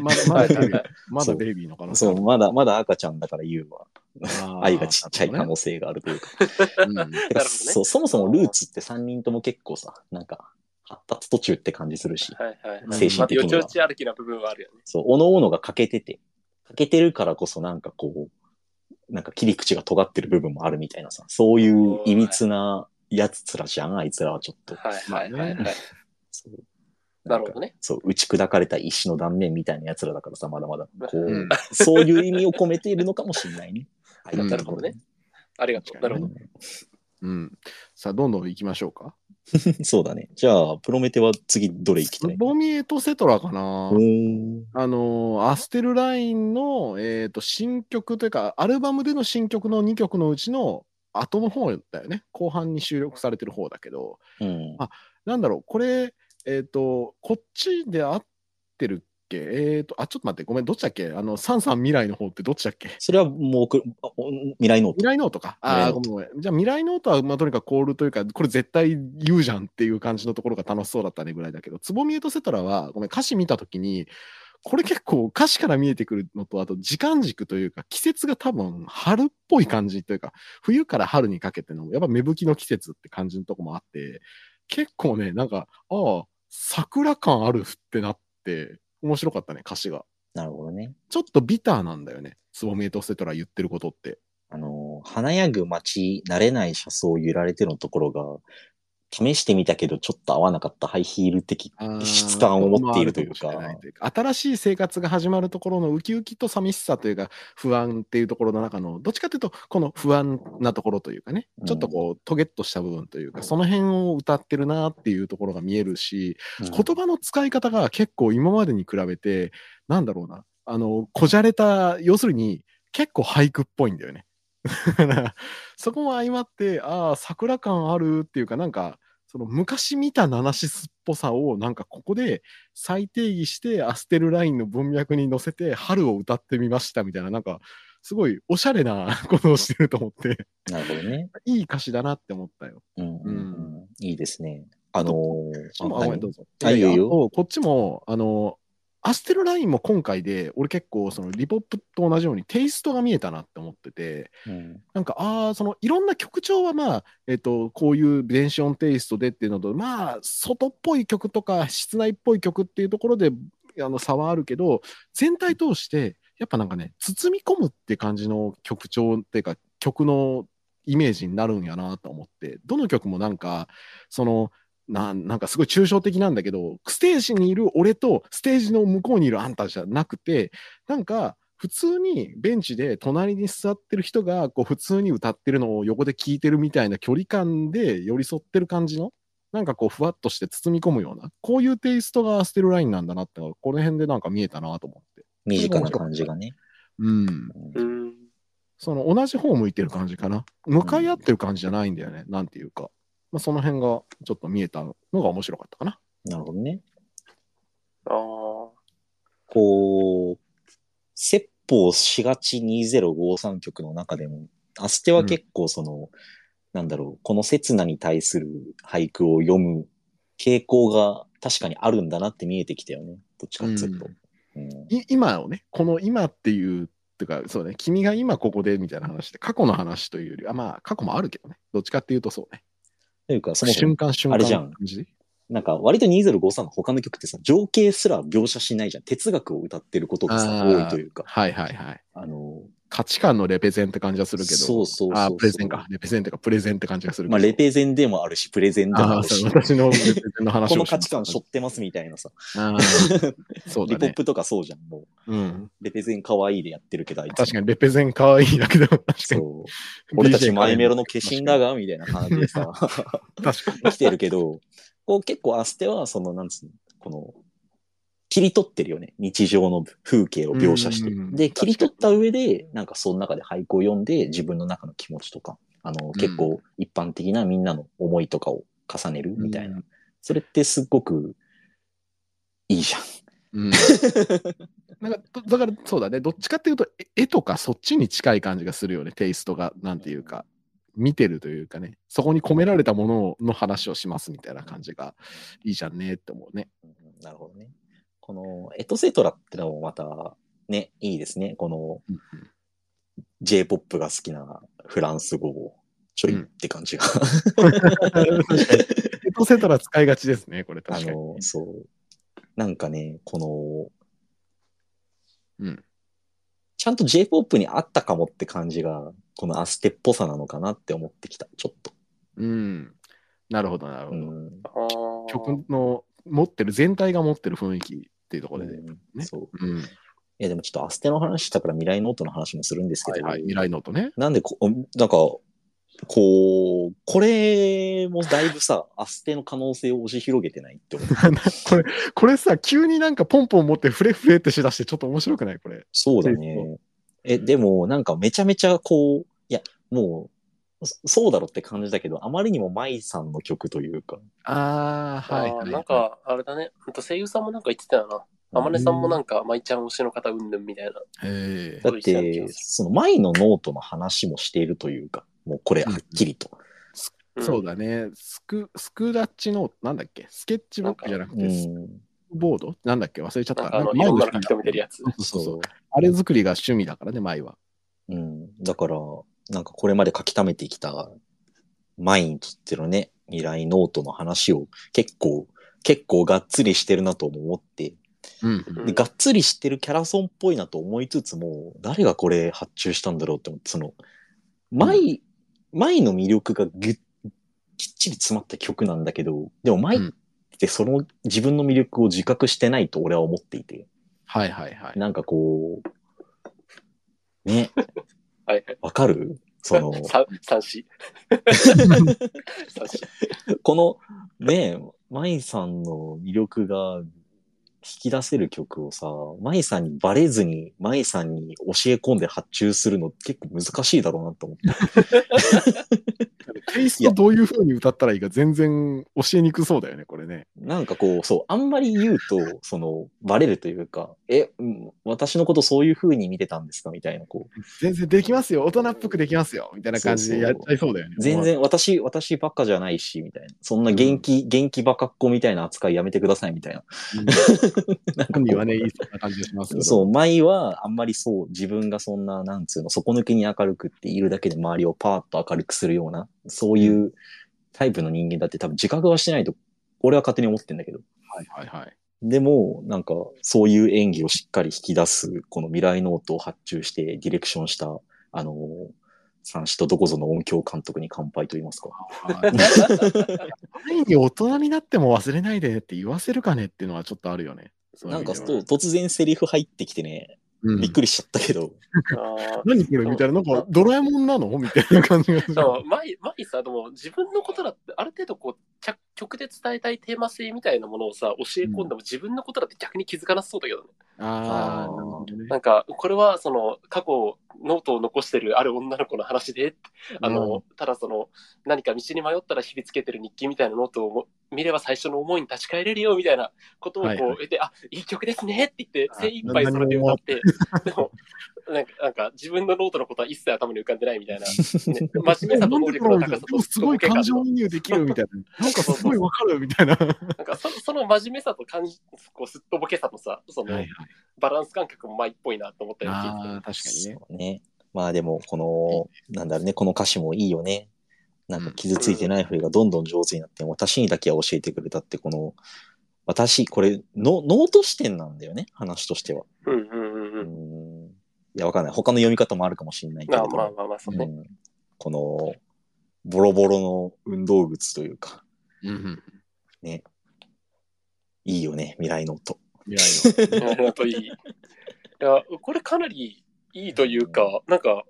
Speaker 1: まだまだ
Speaker 2: はいはい
Speaker 1: まだベイビーの可能性
Speaker 3: そう、まだまだ赤ちゃんだから優は
Speaker 1: あー
Speaker 3: 愛がちっちゃい可能性があるというか。
Speaker 1: うん
Speaker 3: てか
Speaker 2: なるほどね
Speaker 3: そうそもそもルーツって3人とも結構さ、なんか発達途中って感じするし、
Speaker 2: はいはい。
Speaker 1: うん
Speaker 3: 精神
Speaker 2: まあ、
Speaker 3: 的
Speaker 2: よ
Speaker 3: に
Speaker 2: ち
Speaker 3: は
Speaker 2: よ。ち歩きな部分はあるよね。
Speaker 3: そう、おのおのが欠けてて、欠けてるからこそなんかこう、なんか切り口が尖ってる部分もあるみたいなさ、そういういびつなやつつらじゃん、あいつらはちょっと。
Speaker 2: はいはいはい
Speaker 1: まあ
Speaker 2: はい。
Speaker 3: そう
Speaker 2: なるほどね。
Speaker 3: そう、打ち砕かれた石の断面みたいなやつらだからさ、まだまだ、こう、
Speaker 1: うん
Speaker 3: そういう意味を込めているのかもしれないね。はい、
Speaker 1: うん
Speaker 3: なるほどね。
Speaker 2: ありがとう。なるほど。
Speaker 1: うん、さあ、どんどん行きましょうか。
Speaker 3: そうだね。じゃあ、プロメテは次どれ行き
Speaker 1: つ
Speaker 3: たい
Speaker 1: ぼみえとセトラかな
Speaker 3: お。ー
Speaker 1: あのーアステルラインの、えー、と新曲というか、アルバムでの新曲の2曲のうちの後の方だよね、後半に収録されてる方だけど、
Speaker 3: うん
Speaker 1: あなんだろう、これ、えっ、と、こっちで合ってるっけえっ、と、あ、ちょっと待って、ごめん、どっちだっけあの、サンサン未来の方ってどっちだっけ
Speaker 3: それはもうくあお未来ノー
Speaker 1: 未
Speaker 3: ト。
Speaker 1: 来ノートか。ああ、
Speaker 3: 未来
Speaker 1: ごめ
Speaker 3: ノー
Speaker 1: んごめん。じゃあ、未来ノートは、まあ、とにかくコールというか、これ絶対言うじゃんっていう感じのところが楽しそうだったねぐらいだけど、つぼみえとセトラは、ごめん、歌詞見たときに、これ結構歌詞から見えてくるのと、あと時間軸というか、季節が多分春っぽい感じというか、冬から春にかけての、やっぱ芽吹きの季節って感じのとこもあって、結構ね、なんか、ああ、桜感あるってなって、面白かったね、歌詞が。
Speaker 3: なるほどね。
Speaker 1: ちょっとビターなんだよね、つぼみえとセトラ言ってることって。
Speaker 3: あの、華やぐ街、慣れない車窓揺られてのところが、試してみたけどちょっと合わなかったハイヒール的質感を持っているというか。
Speaker 1: あーまああるもしれないというか新しい生活が始まるところのウキウキと寂しさというか不安っていうところの中のどっちかというとこの不安なところというかね
Speaker 3: うん
Speaker 1: ちょっとこうトゲッとした部分というかその辺を歌ってるなっていうところが見えるし
Speaker 3: うん
Speaker 1: 言葉の使い方が結構今までに比べてなんだろうなあの、こじゃれた、要するに、結構俳句っぽいんだよね。 だからそこも相まって、ああ、桜感あるっていうか、なんか、その昔見たナナシスっぽさを、なんかここで再定義して、アステルラインの文脈に乗せて、春を歌ってみましたみたいな、なんか、すごいおしゃれなことをしてると思って、
Speaker 3: なるほどね。
Speaker 1: いい歌詞だなって思ったよ。
Speaker 3: うんうんうんいいですね。あ
Speaker 1: あ
Speaker 3: の
Speaker 1: と
Speaker 3: ー
Speaker 1: こっちも
Speaker 3: あ
Speaker 1: あごめん
Speaker 3: 何
Speaker 1: どうぞ
Speaker 3: あいいよいいよ
Speaker 1: あとこっちも、あの、アステルラインも今回で、俺結構、そのリポップと同じようにテイストが見えたなって思ってて、
Speaker 3: うん
Speaker 1: なんか、ああ、そのいろんな曲調はまあ、えっ、と、こういう電子音テイストでっていうのと、まあ、外っぽい曲とか、室内っぽい曲っていうところで、あの、差はあるけど、全体通して、やっぱなんかね、包み込むって感じの曲調っていうか、曲のイメージになるんやなと思って、どの曲もなんか、その、なんなんかすごい抽象的なんだけど、ステージにいる俺とステージの向こうにいるあんたじゃなくて、なんか普通にベンチで隣に座ってる人がこう普通に歌ってるのを横で聞いてるみたいな距離感で寄り添ってる感じの、なんかこうふわっとして包み込むような、こういうテイストがアステルラインなんだなってのが、この辺でなんか見えたなと思って。
Speaker 3: 身近な感じがね。
Speaker 1: うん。
Speaker 3: う
Speaker 2: うんん。
Speaker 1: その同じ方向いてる感じかな。向かい合ってる感じじゃないんだよね。なんていうか。まあ、その辺がちょっと見えたのが面白かったかな。
Speaker 3: なるほどね。
Speaker 2: ああ。
Speaker 3: こう、説法しがち2053曲の中でも、アステは結構その、なんだろう、この刹那に対する俳句を読む傾向が確かにあるんだなって見えてきたよね。どっちかっていうと。うん
Speaker 1: い今をね、この今っていう、ってか、そうね、君が今ここでみたいな話で、過去の話というより、あまあ、過去もあるけどね、どっちかっていうとそうね、
Speaker 3: というか、そもそも
Speaker 1: 瞬、間瞬間
Speaker 3: あれじゃん
Speaker 1: の感じ
Speaker 3: なんか割と2053の他の曲ってさ、情景すら描写しないじゃん。哲学を歌ってることがさ、
Speaker 1: あー
Speaker 3: 多いというか、
Speaker 1: はいはいはい。
Speaker 3: あの、
Speaker 1: 価値観のレペゼンって感じがするけど、
Speaker 3: そうそうそう
Speaker 1: あプレゼンか、レペゼンってか、プレゼンって感じがするけど。
Speaker 3: まあ、レペゼンでもあるし、プレゼンでもあ
Speaker 1: あー
Speaker 3: る
Speaker 1: そ
Speaker 3: し
Speaker 1: う、私のレペゼンの話を
Speaker 3: この価値観背負ってますみたいなさ、
Speaker 1: あーそうだ
Speaker 3: リポッ
Speaker 1: ね。
Speaker 3: プとかそうじゃん。も
Speaker 1: う
Speaker 3: う、
Speaker 1: ん、
Speaker 3: レペゼン可愛いでやってるけど、あいつ
Speaker 1: 確かに、レペゼン可愛いだけど、確かに。
Speaker 3: そう。 俺たちマイメロの化身だ
Speaker 1: が。
Speaker 3: が、みたいな感じでさ、
Speaker 1: 確かに。
Speaker 3: 来てるけど、こう結構アステは、その、なんつうの、この、切り取ってるよね。日常の風景を描写して
Speaker 1: うんうんうん。
Speaker 3: で、切り取った上で、なんかその中で俳句を読んで、自分の中の気持ちとか、あの、結構一般的なみんなの思いとかを重ねるみたいな。それってすっごくいいじゃん。
Speaker 1: うん、 なんかどだからそうだねどっちかっていうと絵絵とかそっちに近い感じがするよねテイストがなんていうか見てるというかねそこに込められたものの話をしますみたいな感じがいいじゃんねって思うね。
Speaker 3: うんなるほどね。この、エトセトラってのもまた、ね、いいですね。この、J-POP が好きなフランス語を、ちょいって感じが。
Speaker 1: エトセトラ使いがちですねこれ
Speaker 3: あ
Speaker 1: 確かに。
Speaker 3: の、そう。なんかね、この、
Speaker 1: うん
Speaker 3: ちゃんと J-POP にあったかもって感じが、このアステっぽさなのかなって思ってきた、ちょっと。
Speaker 1: うん、なるほどなるほ
Speaker 3: う
Speaker 1: ど。
Speaker 3: ん。
Speaker 2: ああ。
Speaker 1: 曲の持ってる全体が持ってる雰囲気っていうところで、ね
Speaker 3: うんそう。
Speaker 1: うん
Speaker 3: いや、でもちょっとアステの話したから未来ノートの話もするんですけ
Speaker 1: はい
Speaker 3: ど、
Speaker 1: はい、未来の音ね。
Speaker 3: なんでこ、なんか、こう、これもだいぶさ、アステの可能性を押し広げてないって思う。
Speaker 1: これさ急になんかポンポン持ってフレフレってしだしてちょっと面白くないこれ。
Speaker 3: そうだ
Speaker 1: そう
Speaker 3: ね。え、でも、なんかめちゃめちゃこう、いや、もう、そそうだろって感じだけど、あまりにも舞さんの曲というか、
Speaker 1: ああ
Speaker 2: あ
Speaker 1: はい、
Speaker 2: ー
Speaker 1: はい。
Speaker 2: なんか、あれだね。ほんと声優さんもなんか言ってたよな。あまねさんもなんか、舞ちゃん推しの方うんぬんみたいな。
Speaker 1: へえ
Speaker 3: だ
Speaker 2: そう
Speaker 3: っ
Speaker 2: でした
Speaker 3: て
Speaker 2: っ、け
Speaker 3: その舞のノートの話もしているというか、もうこれはっきりと。
Speaker 2: ん
Speaker 1: そうだね。スク、スクラッチの、なんだっけスケッチブックじゃなく
Speaker 3: う
Speaker 1: て、スク
Speaker 3: ん。
Speaker 1: ボードなんだっけ忘れちゃった。
Speaker 2: なんかあ
Speaker 1: な
Speaker 2: の、
Speaker 1: んか
Speaker 2: いろんなの
Speaker 1: 前
Speaker 2: 書
Speaker 1: の
Speaker 2: き留めてるやつ。
Speaker 1: そうそうそう
Speaker 3: そ
Speaker 1: あれ作りが趣味だからね、前は。
Speaker 3: う。うん。だから、なんかこれまで書き溜めてきた、舞にとってのね、未来ノートの話を結構、結構がっつりしてるなとも思って、
Speaker 1: うん。
Speaker 3: で、がっつりしてるキャラソンっぽいなと思いつつも、誰がこれ発注したんだろうって思って、その、舞、舞の魅力がぎゅきっちり詰まった曲なんだけど、でも舞ってその自分の魅力を自覚してないと俺は思っていて、
Speaker 1: はいはいはい。
Speaker 3: なんかこう、ね、
Speaker 2: はいはい。
Speaker 3: わかる その、
Speaker 2: 三、三子。三子。
Speaker 3: この、ね、舞さんの魅力が引き出せる曲をさ、舞さんにバレずに、舞さんに教え込んで発注するの結構難しいだろうなと思って。
Speaker 1: テイストどういう風に歌ったらいいか全然教えにくそうだよね、これね。
Speaker 3: なんかこう、そう、あんまり言うと、その、バレるというか、え、うん私のことそういう風に見てたんですかみたいな、こう、
Speaker 1: 全然できますよ、大人っぽくできますよ、みたいな感じでやっちゃいそうだよね。
Speaker 3: 全然私、私ばっかじゃないし、みたいな。そんな元気、元気ばかっこみたいな扱いやめてください、みたいな。なんかこ
Speaker 1: 本
Speaker 3: う
Speaker 1: 人はね、いいそうな感じがしますけど。
Speaker 3: そう、舞はあんまりそう、自分がそんな、なんつうの、底抜きに明るくっているだけで周りをパーッと明るくするような、そういうタイプの人間だって多分自覚はしてないと、俺は勝手に思ってんだけど。
Speaker 1: はいはいはい。
Speaker 3: でも、なんか、そういう演技をしっかり引き出す、この未来ノートを発注してディレクションした、あのー、三子とどこぞの音響監督に乾杯と言いますか。
Speaker 1: 単に大人になっても忘れないでって言わせるかねっていうのはちょっとあるよね。そうい
Speaker 3: な
Speaker 1: うん意味
Speaker 3: か
Speaker 1: では
Speaker 3: そう、突然セリフ入ってきてね、
Speaker 1: うん
Speaker 3: びっくりしちゃったけど、
Speaker 2: あ
Speaker 1: 何これみたいな、なんかドラえもんなのみたいな感じ がする。
Speaker 2: あ、前、前さ、でも自分のことだって、ある程度こう、ちゃ曲で伝えたいテーマ性みたいなものをさ、教え込んでも自分のことだって逆に気づかなさそうだけどね。
Speaker 1: あー
Speaker 3: あー
Speaker 1: なるほどね
Speaker 2: なんか、これは、その、過去、ノートを残してるある女の子の話で、あの、ただその、何か道に迷ったらひびつけてる日記みたいなノートをも見れば最初の思いに立ち返れるよ、みたいなことをこう、
Speaker 1: はいはい
Speaker 2: で、あ、いい曲ですねって言って、
Speaker 1: あ
Speaker 2: 精一杯それで歌って、 でも、なんか、なんか自分のノートのことは一切頭に浮かんでないみたいな、ね真面目さと能力の高さと、
Speaker 1: すごい感情
Speaker 2: の
Speaker 1: 移入できるみたいな。なんかすごいわかるみたい な。
Speaker 2: なんかそ、その真面目さと感じ、こう、すっとぼけさとさ、その、バランス感覚もまあっぽいなと思ったり聞いてて
Speaker 1: ああ、確かにね。
Speaker 3: そうね。まあでも、この、なんだろうね、この歌詞もいいよね。なんか傷ついてないふりがどんどん上手になって、私にだけは教えてくれたって、この、私、これの、ノート視点なんだよね、話としては。
Speaker 2: うんうんうん
Speaker 3: う
Speaker 2: うん
Speaker 3: ー。ん。いや、わかんない。他の読み方もあるかもしれないけれ
Speaker 2: まあ
Speaker 3: ども。
Speaker 2: まあまあまあ、そう
Speaker 3: う
Speaker 2: ね。
Speaker 3: ん、この、ボロボロの運動靴というか、
Speaker 1: うん。
Speaker 3: いいよね、未来ノート。
Speaker 1: 未来の。
Speaker 2: ありがとういい。いや、これかなりいいというか、なんか、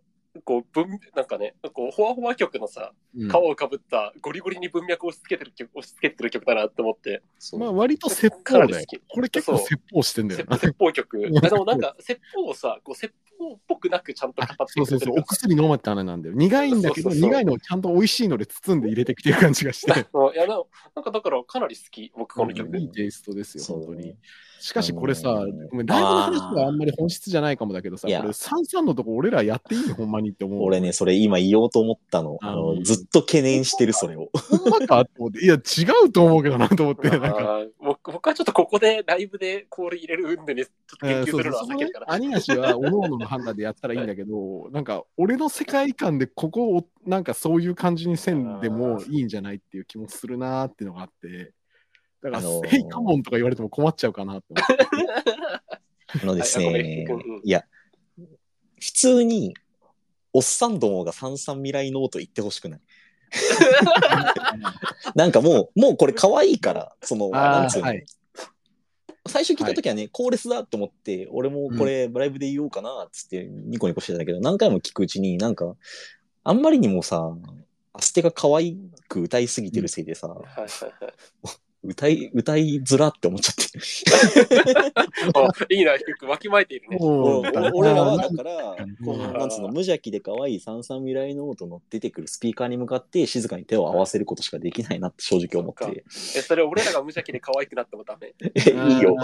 Speaker 2: こう、文、なんかね、こう、ほわほわ曲のさ、
Speaker 1: うん
Speaker 2: 皮をかぶった、ゴリゴリに文脈を押し付けてる曲、押し付けてる曲だなって思って、
Speaker 3: そう
Speaker 1: まあ割と説法
Speaker 2: か
Speaker 1: だ
Speaker 2: なり
Speaker 1: よ
Speaker 2: 好き。
Speaker 1: これ結構説法してんだよ
Speaker 2: 説
Speaker 1: な。
Speaker 2: 説法曲。 いやでもなんか、説法をさ、こう、説法っぽくなくちゃんと語っ
Speaker 1: あ
Speaker 2: て
Speaker 1: そう
Speaker 2: く
Speaker 1: そ
Speaker 2: れ
Speaker 1: う
Speaker 2: て
Speaker 1: そ
Speaker 2: る
Speaker 1: う、
Speaker 2: か
Speaker 1: お薬飲まった穴なんだよ。苦いんだけど、
Speaker 2: そうそうそう
Speaker 1: 苦いのをちゃんと美味しいので包んで入れてきてる感じがして。
Speaker 2: らうんいや、でもなんかだからかなり好き、僕 この曲。
Speaker 1: いいテイストですよ、
Speaker 3: そう
Speaker 1: 本当
Speaker 3: だね
Speaker 1: に。しかしこれさ、
Speaker 3: あ
Speaker 1: ラ
Speaker 3: の
Speaker 1: イ
Speaker 3: ー
Speaker 1: ブの話はあんまり本質じゃないかもだけどさ、
Speaker 3: いや
Speaker 1: これ、サンさんのとこ俺らやっていいのほんまにって思う。
Speaker 3: 俺ね、、それ今言おうと思ったの。
Speaker 1: あ
Speaker 3: あ
Speaker 1: の
Speaker 3: の、ずっと懸念してる、それを。
Speaker 1: ほんまかと思って、いや、違うと思うけどなと思って、なんか。
Speaker 2: あー僕僕はちょっとここでライブでコール入れる運でね、ちょっと
Speaker 1: えー
Speaker 2: 研究
Speaker 1: そうそ
Speaker 2: する
Speaker 1: う
Speaker 2: のは
Speaker 1: その
Speaker 2: 避け
Speaker 1: ね
Speaker 2: るから。
Speaker 1: 兄なしはおのおのの判断でやったらいいんだけど、なんか俺の世界観でここをなんかそういう感じにせんでもいいんじゃないっていう気もするなーっていうのがあって、だから、
Speaker 3: あのー
Speaker 1: ヘイカモンとか言われても困っちゃうかなって思って。
Speaker 3: あのです
Speaker 2: はいあごめ
Speaker 3: ね
Speaker 2: んうんうん、
Speaker 3: いや、普通に、おっさんどもが三々未来ノート言ってほしくない。なんかも う、もうこれ可愛いから、その、
Speaker 1: あー
Speaker 3: なんつうの、
Speaker 1: はい
Speaker 3: 最初聞いた時はね、コーレスだと思って、俺もこれライブで言おうかな、つってニコニコしてたけど、何回も聞くうちになんか、あんまりにもさ、アステが可愛く歌いすぎてるせいでさ、
Speaker 2: はいはいはい
Speaker 3: 歌い、歌いづらって思っちゃって。
Speaker 2: あいい な、よくわきまえているね。
Speaker 1: もう
Speaker 3: 俺
Speaker 1: だから
Speaker 3: 俺らはだから
Speaker 1: ん、
Speaker 3: このなんつうの、無邪気で可愛い三三未来ノートの出てくるスピーカーに向かって静かに手を合わせることしかできないなって正直思って。
Speaker 2: え、それ俺らが無邪気で可愛くなってもダメ。
Speaker 3: え いいよ。
Speaker 1: な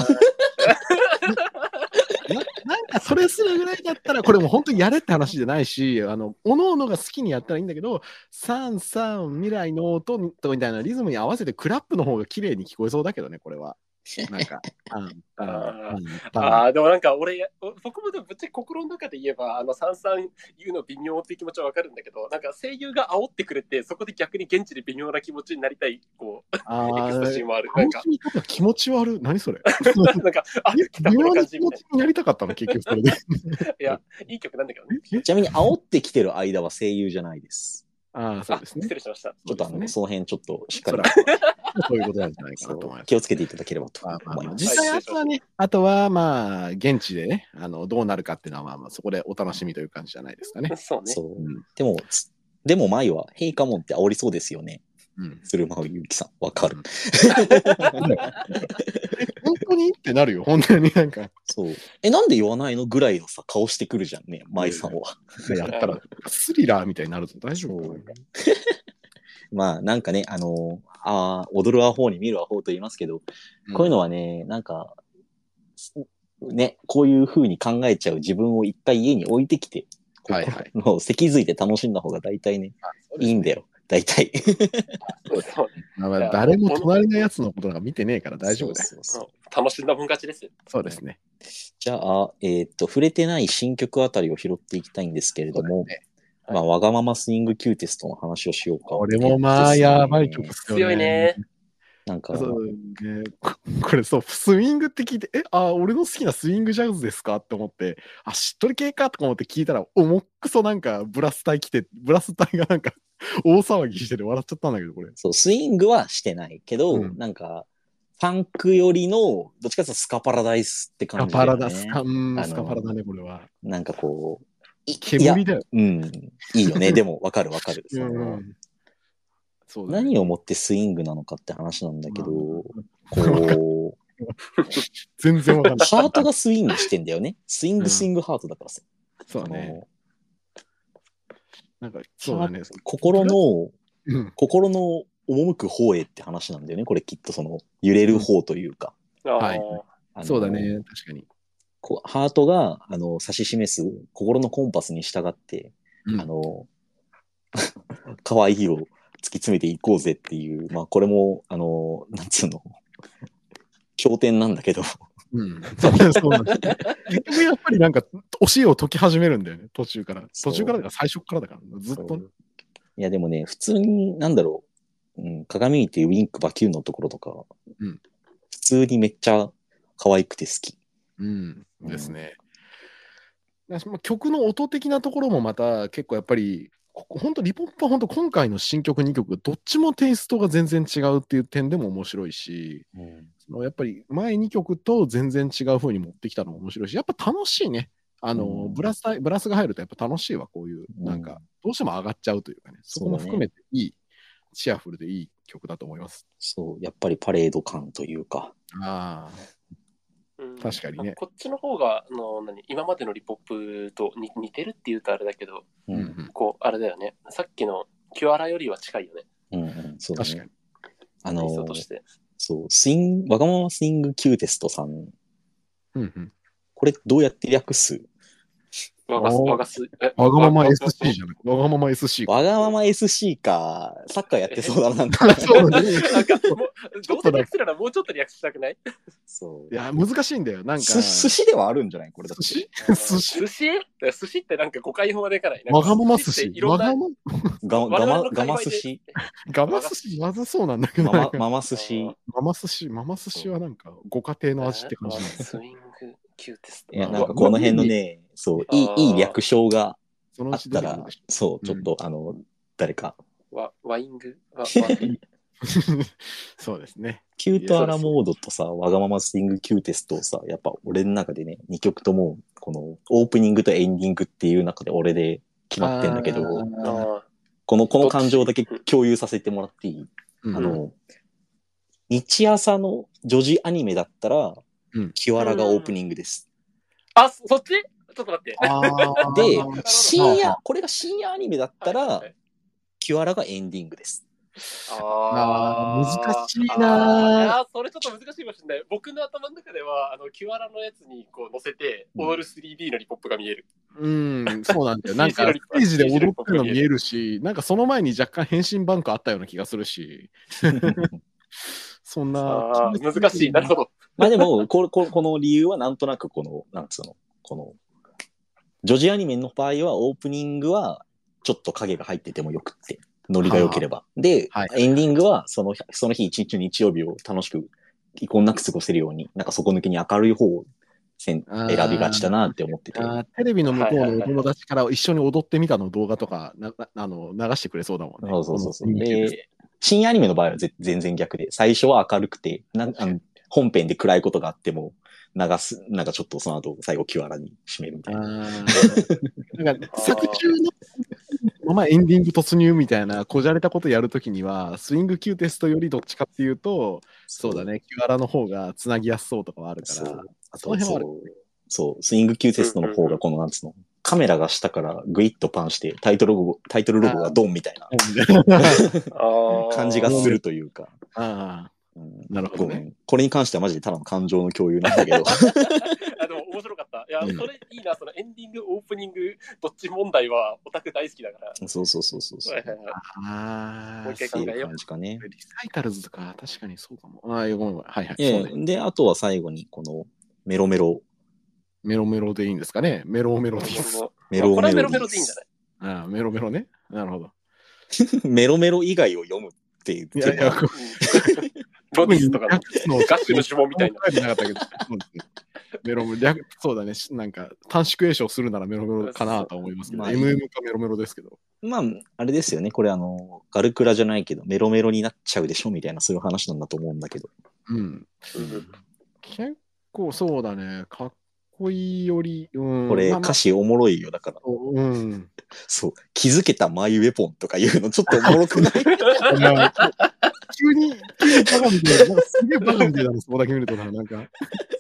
Speaker 1: なんかそれするぐらいだったら、これもう本当にやれって話じゃないし、あの、おのおのが好きにやったらいいんだけど、サンサン未来の音とみたいなリズムに合わせてクラップの方が綺麗に聞こえそうだけどね、これは。なんか、パンパンパンパン
Speaker 2: ああ、でもなんか俺、僕もでもぶっちゃけ心の中で言えば、あの、さんさん言うの微妙っていう気持ちはわかるんだけど、なんか声優が煽ってくれて、そこで逆に現地で微妙な気持ちになりたい、こう、
Speaker 1: あ
Speaker 2: エクスタシ
Speaker 1: ー
Speaker 2: ーもある。なん
Speaker 1: 楽
Speaker 2: か
Speaker 1: し、み方気持ち悪い。何それ
Speaker 2: なんか、あ、来た
Speaker 1: 微
Speaker 2: この
Speaker 1: 妙な
Speaker 2: 感じ
Speaker 1: 気
Speaker 2: み
Speaker 1: 持
Speaker 2: たい
Speaker 1: ちになりたかったの、結局それで。
Speaker 2: な。いや、いい曲なんだけどね。
Speaker 3: ちなみに煽ってきてる間は声優じゃないです。
Speaker 1: ああ、そう
Speaker 2: あ、
Speaker 1: ですね
Speaker 2: 失。礼しました。
Speaker 3: ちょっとあの、
Speaker 1: そうですね
Speaker 3: その辺ちょっとしっかり
Speaker 1: そらそういうことなんじゃないかなと思います。
Speaker 3: 気をつけていただければと
Speaker 1: まあまあ
Speaker 3: 思い
Speaker 1: まあ、
Speaker 3: ます。
Speaker 1: 実際あとはね、あとはまあ、現地でね、あのどうなるかっていうのは、まあまあ、そこでお楽しみという感じじゃないですかね。
Speaker 2: そうね。
Speaker 3: そうう。
Speaker 1: ん
Speaker 3: でも、つでも前は、ヘイカモンって煽りそうですよね。
Speaker 1: うん
Speaker 3: 鶴間ゆきさん、わかる。
Speaker 1: 本当にってなるよ、本当になんか。
Speaker 3: そう。え、なんで言わないのぐらいのさ、顔してくるじゃんね、舞さんは。
Speaker 1: やったら、スリラーみたいになるぞ、大丈夫かな
Speaker 3: まあ、なんかね、あのーああ、踊るアホに見るアホと言いますけど、こういうのはね、なんか、すね、こういう風に考えちゃう自分を一回家に置いてきて、こ
Speaker 1: はいはい
Speaker 3: もう脊づいて楽しんだ方が大体ね、いいんだよ。大体。
Speaker 2: そうそう
Speaker 1: まあまあ誰も隣のやつのことなんか見てねえから大丈夫だよ。
Speaker 3: そう
Speaker 2: そ
Speaker 3: そう
Speaker 2: う楽しんだもん勝ちです。
Speaker 1: そうですね。
Speaker 3: じゃあ、えーっと、触れてない新曲あたりを拾っていきたいんですけれども、まあ、わがままスイングキューテストの話をしようか。
Speaker 1: これもまあ、やばい曲っすよね。
Speaker 2: 強いね。
Speaker 3: なんか、
Speaker 1: そうね、こ これそう、スイングって聞いて、え、あ、俺の好きなスイングジャズですかって思って、あ、しっとり系かとか思って聞いたら、重っくそなんかブラス隊来て、ブラス隊がなんか 大騒ぎしてて笑っちゃったんだけど、これ。
Speaker 3: そう、スイングはしてないけど、
Speaker 1: うん
Speaker 3: なんか、ファンクよりの、どっちかというとスカパラダイスって
Speaker 1: スカ
Speaker 3: 感じだ
Speaker 1: パ
Speaker 3: よ
Speaker 1: ラ
Speaker 3: ね、
Speaker 1: だ、スカ、うん
Speaker 3: あの
Speaker 1: スカパラだね、これは。
Speaker 3: なんかこう、いい
Speaker 1: 煙
Speaker 3: や
Speaker 1: だよ。
Speaker 3: うん、いい よね。でも、わかるわかる。そ
Speaker 1: う
Speaker 3: の
Speaker 1: んそうだね
Speaker 3: 何をもってスイングなのかって話なんだけど、こう、
Speaker 1: 全然わかん ない。
Speaker 3: ハートがスイングしてんだよね。スイングスイングハートだからさ。
Speaker 1: そうだ
Speaker 3: そ
Speaker 1: ね。
Speaker 3: の
Speaker 1: なんか、そうだね。
Speaker 3: 心の、
Speaker 1: うん
Speaker 3: 心の赴く方へって話なんだよね。これきっとその、揺れる方というか。
Speaker 2: ああ
Speaker 1: はい
Speaker 3: あの
Speaker 1: そうだ。ね、確かに。
Speaker 3: こうハートが、あの、指し示す心のコンパスに従って、
Speaker 1: うん
Speaker 3: あの、 可愛いを突き詰めていこうぜっていう、まあ、これも、あの、なんつうの、経典なんだ けど、
Speaker 1: うん、 そうなんですね。結局やっぱりなんか、教えを解き始めるんだよね、途中から。
Speaker 3: そ
Speaker 1: 途
Speaker 3: う
Speaker 1: 中からだから最初からだから、ずっとね。
Speaker 3: いや、でもね、普通に、なんだろう、うん、鏡見てウィンクバキューのところとか、
Speaker 1: うん
Speaker 3: 普通にめっちゃ可愛くて好き。
Speaker 1: うん、
Speaker 3: うん
Speaker 1: ですね。だしまあ曲の音的なところもまた結構やっぱり、ここ本当リポップは本当今回の新曲2曲、どっちもテイストが全然違うっていう点でも面白いし、そのやっぱり前2曲と全然違う風に持ってきたのも面白いし、やっぱ楽しいね。あの、
Speaker 3: うん
Speaker 1: ブラスタイブラスが入るとやっぱ楽しいわ、こういう、なんか、どうしても上がっちゃうというかね、そこも含めていい、チアフルでいい曲だと思います。
Speaker 3: そう、やっぱりパレード感というか、
Speaker 1: あ
Speaker 2: うん
Speaker 1: 確かにね
Speaker 2: こっちの方が、あの、何、今までのリポップと似似てるって言うとあれだけど、
Speaker 1: あ、
Speaker 3: うん、
Speaker 2: こう、あれだよね。さっきのキュアラよりは近いよね。
Speaker 3: うん、うん、そうだ
Speaker 1: 確か
Speaker 3: ね
Speaker 1: に。。
Speaker 3: あの
Speaker 2: 内装として。
Speaker 3: そう、スイン、わがままスイングキューテストさん、
Speaker 1: うんうん
Speaker 3: これどうやって略す
Speaker 2: わがす、
Speaker 1: おー
Speaker 2: わがす、え
Speaker 1: わがまま SC
Speaker 2: わ
Speaker 1: じゃなくて、わがまま SC か。
Speaker 3: わがまま SC か、サッカーやってそうだな、なん か。
Speaker 1: そうだね。
Speaker 2: なんか、もう、
Speaker 1: ちょ
Speaker 2: ど
Speaker 1: っと
Speaker 2: うせ
Speaker 1: だ
Speaker 2: 略すならもうちょっと略したくない
Speaker 3: そう。
Speaker 1: いや、難しいんだよ。なんか、
Speaker 3: す寿司ではあるんじゃないこれだ
Speaker 1: 寿
Speaker 3: と。
Speaker 1: 司
Speaker 2: 寿
Speaker 1: 寿司
Speaker 2: 司寿司ってなんか誤解法がでかない。
Speaker 1: わがまま寿
Speaker 2: っ
Speaker 1: 司
Speaker 2: てい。ろ
Speaker 1: わ
Speaker 2: んな
Speaker 1: がま、
Speaker 3: が
Speaker 2: 我
Speaker 3: が
Speaker 2: 々
Speaker 3: ま
Speaker 2: の、
Speaker 3: が
Speaker 2: 界
Speaker 3: ま
Speaker 2: 隈
Speaker 3: 寿
Speaker 2: で
Speaker 3: 司
Speaker 1: がま寿司まずそうなんだけど、
Speaker 3: ま
Speaker 1: なん
Speaker 3: ま、
Speaker 1: か
Speaker 3: まま寿司。
Speaker 1: まま寿司、まま寿司はなんか、ご家庭の味って感じなんだよ
Speaker 2: スイングキューテスト。
Speaker 3: いや、なんかこの辺のね、そう、い
Speaker 2: あー
Speaker 3: い、いい略称が
Speaker 1: そのう
Speaker 3: あっ
Speaker 1: ち出
Speaker 3: た
Speaker 1: てくる
Speaker 3: ら
Speaker 1: でし、
Speaker 3: そう、ちょっと、あの、誰か、
Speaker 2: わワイング。 わワイング
Speaker 1: ょ。 そうですね。
Speaker 3: キュートアラモードとさ、わがままスティングキューテストをさ、やっぱ俺の中でね、2曲とも、この、オープニングとエンディングっていう中で俺で決まってんだけ
Speaker 1: あ
Speaker 3: ど、
Speaker 2: あ
Speaker 1: ー
Speaker 2: ー
Speaker 3: この、この感情だけ共有させてもらっていい
Speaker 1: うん
Speaker 3: あの、日朝の女児アニメだったら、
Speaker 1: うん
Speaker 3: キワラがオープニングです。
Speaker 2: あ、そそっちちょっと待って。
Speaker 1: あー
Speaker 3: で、深
Speaker 1: は
Speaker 3: 夜、これが深夜アニメだっ
Speaker 2: は
Speaker 3: た
Speaker 2: いは
Speaker 3: ら
Speaker 2: いはい、
Speaker 3: キワラがエンディングです。
Speaker 1: あー難しいなー
Speaker 2: あーそれちょっと難しいかもしれない。僕の頭の中では、あの、キュアラのやつにこう乗せて、
Speaker 3: うん
Speaker 2: オール 3D のリポップが見える。
Speaker 1: うん、そうなんだよ。なんか、
Speaker 2: CG
Speaker 1: ス
Speaker 2: のリ
Speaker 1: テージで踊ってるの見えるし、なんかその前に若干変身バンクあったような気がするし、そんな
Speaker 2: あ。ー難しい。なるほど。
Speaker 3: まあでも、こここの理由はなんとなくこの、なんつうの、この、女児アニメの場合はオープニングはちょっと影が入っててもよくって、ノリが良ければ。で、
Speaker 1: はい
Speaker 3: エンディングはその日その日一日の日曜日を楽しく、遺恨なく過ごせるように、なんか底抜けに明るい方を選
Speaker 1: あ
Speaker 3: 選
Speaker 1: ー
Speaker 3: びがちだなって思ってて。
Speaker 1: あーテレビの向こう
Speaker 2: は
Speaker 1: の
Speaker 2: いはい
Speaker 1: お
Speaker 2: はい
Speaker 1: 友達から一緒に踊ってみたの動画とかなあの流してくれそうだもんね。
Speaker 3: そうそうそうそう。
Speaker 1: この雰囲気です
Speaker 3: で、新アニメの場合はぜ全然逆で、最初は明るくて、なんあの本編で暗いことがあっても、流す、なんかちょっとその後、最後、キュアラに締めるみた
Speaker 1: あ
Speaker 3: いな。
Speaker 1: ーなんか作中ののままエンディング突入みたいなこじゃれたことやるときにはスイング級テストよりどっちかっていうとそうだねキュアラの方がつなぎやすそうとかはあるか
Speaker 3: そう
Speaker 1: ら。
Speaker 3: あ
Speaker 1: その辺
Speaker 3: と、そ
Speaker 1: はある
Speaker 3: う、そう、スイング級テストの方が、この、なんつうの、カメラが下からグイッとパンして、タイトルロゴ、タイトルロゴがドンみたいな
Speaker 2: あー
Speaker 3: 感じがするというか。
Speaker 1: ああ
Speaker 3: うん
Speaker 1: なるほど
Speaker 3: ご
Speaker 1: ね
Speaker 3: めん。これに関してはマジでただの感情の共有なんだけ ど。
Speaker 2: あでも面白かった。いや、
Speaker 3: うん
Speaker 2: それいいな、そのエンディング、オープニング、どっち問題はオタク大好きだから。
Speaker 3: そうそうそうそうそう。
Speaker 2: はいはいはい
Speaker 1: ああ
Speaker 2: もう一回
Speaker 3: ってい
Speaker 2: 考え
Speaker 3: う
Speaker 2: よう
Speaker 3: 感じかね。
Speaker 1: リサイタルズとか確かにそうかも。ああ、ごめんごめん。はいはい。
Speaker 3: え
Speaker 1: そうね
Speaker 3: えで、あとは最後に、この、メロメロ、
Speaker 1: メロメロでいいんですかね。メロメロでいいです。
Speaker 2: こ
Speaker 3: メロメロ。
Speaker 2: れはメロメロでいいんじゃない
Speaker 1: ああメロメロね。なるほど。
Speaker 3: メロメロ以外を読むっていう
Speaker 1: い
Speaker 3: テ
Speaker 1: や
Speaker 3: ー
Speaker 1: い
Speaker 3: マ
Speaker 1: や、
Speaker 2: う
Speaker 3: は。
Speaker 2: んロディスとかの
Speaker 1: の
Speaker 2: ガッシュの呪文み たいな。
Speaker 1: なかったけど。そうですねメロメロ略、そうだね。しなんか短縮詠唱するならメロメロかなとは思いますけど、
Speaker 3: まあ
Speaker 1: MM かメロメロですけど。
Speaker 3: まあ、あれですよね。これ、あの、ガルクラじゃないけど、メロメロになっちゃうでしょみたいな、そういう話なんだと思うんだけど。
Speaker 1: うん。
Speaker 2: うん
Speaker 1: 結構そうだね。かっこいいより、うん。
Speaker 3: これ、
Speaker 1: まあまあ
Speaker 3: 歌詞おもろいよ。だから、
Speaker 1: うん。
Speaker 3: そう、気づけたマイウェポンとか言うの、ちょっとおもろ くない
Speaker 1: いや急に、急にバカみたいな。なんかすげえバカみたいだな、そこだけ見るとな。なんか、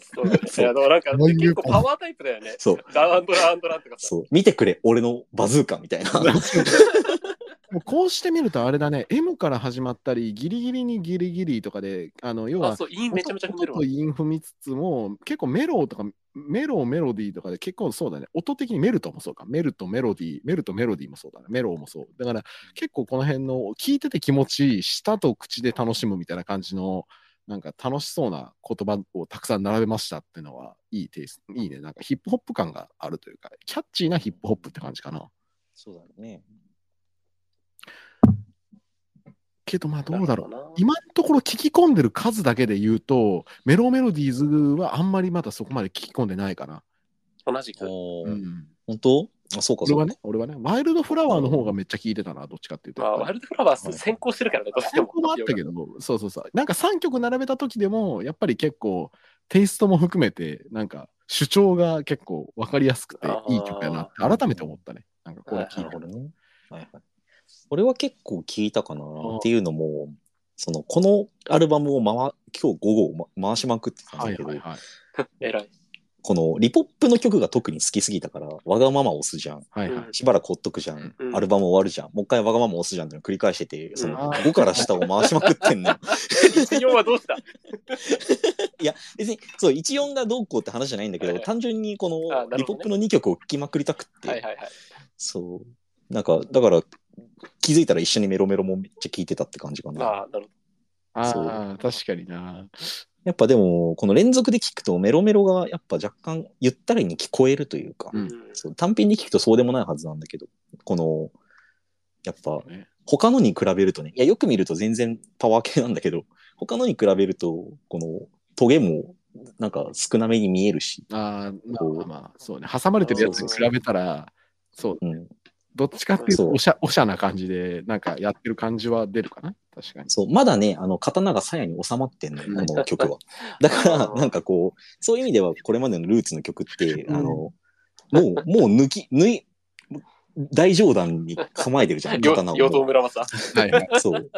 Speaker 2: そうだねいや、でもなんか
Speaker 1: そういう
Speaker 2: 結構パワータイプだよね。
Speaker 3: そう。
Speaker 2: ランドランドランとかさ。
Speaker 3: そう、見てくれ、俺のバズーカみたいな。
Speaker 1: もうこうしてみるとあれだね、M から始まったり、ギリギリにギリギリとかで、あの要
Speaker 2: あ、
Speaker 1: は、
Speaker 2: そう、インめちゃめちゃ踏んで
Speaker 1: 音
Speaker 2: るわ
Speaker 1: と。韻踏みつつも、結構メロとか、メロ、メロディーとかで結構そうだね、音的にメルトもそうか、メルト、メロディー、メルト、メロディーもそうだね、メロもそう。だから結構この辺の、聞いてて気持ちいい、舌と口で楽しむみたいな感じの、なんか楽しそうな言葉をたくさん並べましたっていうのは、いいテイスト、いいね、なんかヒップホップ感があるというか、キャッチーなヒップホップって感じかな。
Speaker 3: そうだね。
Speaker 1: けどまあどうだろう
Speaker 2: なるほどな
Speaker 1: 今のところ聞き込んでる数だけで言うとメロメロディーズはあんまりまだそこまで聞き込んでないかな、
Speaker 2: 同じく。
Speaker 3: おー
Speaker 1: うん
Speaker 3: 本当あ、そうか、
Speaker 1: 俺
Speaker 3: そう
Speaker 1: は
Speaker 3: か。
Speaker 1: ね俺はねワイルドフラワーの方がめっちゃ聞いてたなどっちかっていうと
Speaker 2: まあ、ワイルドフラワー先行してるからね、どうして
Speaker 1: 先
Speaker 2: も
Speaker 1: 行。もあったけどそうそうそうなんか3曲並べた時でもやっぱり結構テイストも含めてなんか主張が結構分かりやすくていい曲やなって改めて思ったねなんかこれ聞いて
Speaker 3: なるほどね。はいはい。俺は結構聞いたかなっていうのも、その、このアルバムを回、今日午後、ま、回しまくってたん
Speaker 1: は
Speaker 3: だ
Speaker 1: い
Speaker 3: けど、
Speaker 1: はいはい
Speaker 2: 偉い。
Speaker 3: このリポップの曲が特に好きすぎたから、わがまま押すじゃん。
Speaker 1: はいはい、
Speaker 3: しばらくほっとくじゃん。
Speaker 2: うん
Speaker 3: アルバム終わるじゃん。もう一回わがまま押すじゃんっていうのを繰り返してて、その
Speaker 1: うん
Speaker 3: 5から下を回しまくってん のよ。
Speaker 2: 14はどうした
Speaker 3: いや、別に、そう、14がどうこうって話じゃないんだけ
Speaker 2: は
Speaker 3: ど、
Speaker 2: いはい
Speaker 3: 単純にこ
Speaker 2: あなるほど
Speaker 3: の
Speaker 2: ね
Speaker 3: リポップの2曲を聴きまくりたくって、
Speaker 2: はいはいはい。
Speaker 3: そう。なんか、だから、気づいたら一緒にメロメロもめっちゃ聴いてたって感じかな。
Speaker 2: ああ、なる
Speaker 3: そう
Speaker 1: ああ確かにな
Speaker 3: やっぱでも、この連続で聴くとメロメロがやっぱ若干ゆったりに聞こえるというか、
Speaker 1: う
Speaker 2: ほ
Speaker 1: ん
Speaker 2: ど。うん
Speaker 3: そう単品で聴くとそうでもないはずなんだけど、この、やっぱ
Speaker 1: ね
Speaker 3: 他のに比べるとね、いや、よく見ると全然パワー系なんだけど、他のに比べると、この、トゲもなんか少なめに見えるし、
Speaker 1: あーまあまあまあそうね挟まれてるやつに比べたらそう
Speaker 3: うん。
Speaker 1: どっちかっていう
Speaker 3: そ
Speaker 1: と
Speaker 3: う
Speaker 1: おしゃおしゃな感じでなんかやってる感じは出るかな確かに
Speaker 3: そう、まだね、あの、刀が鞘に収まってんのよ、この曲は。だから、なんかこう、そういう意味では、これまでのルーツの曲って、あの、もう、もう抜き、抜い、大上段に構えてるじゃん、
Speaker 2: よ
Speaker 3: 刀を。
Speaker 2: 与党村はさ、
Speaker 1: はいはい
Speaker 3: そう。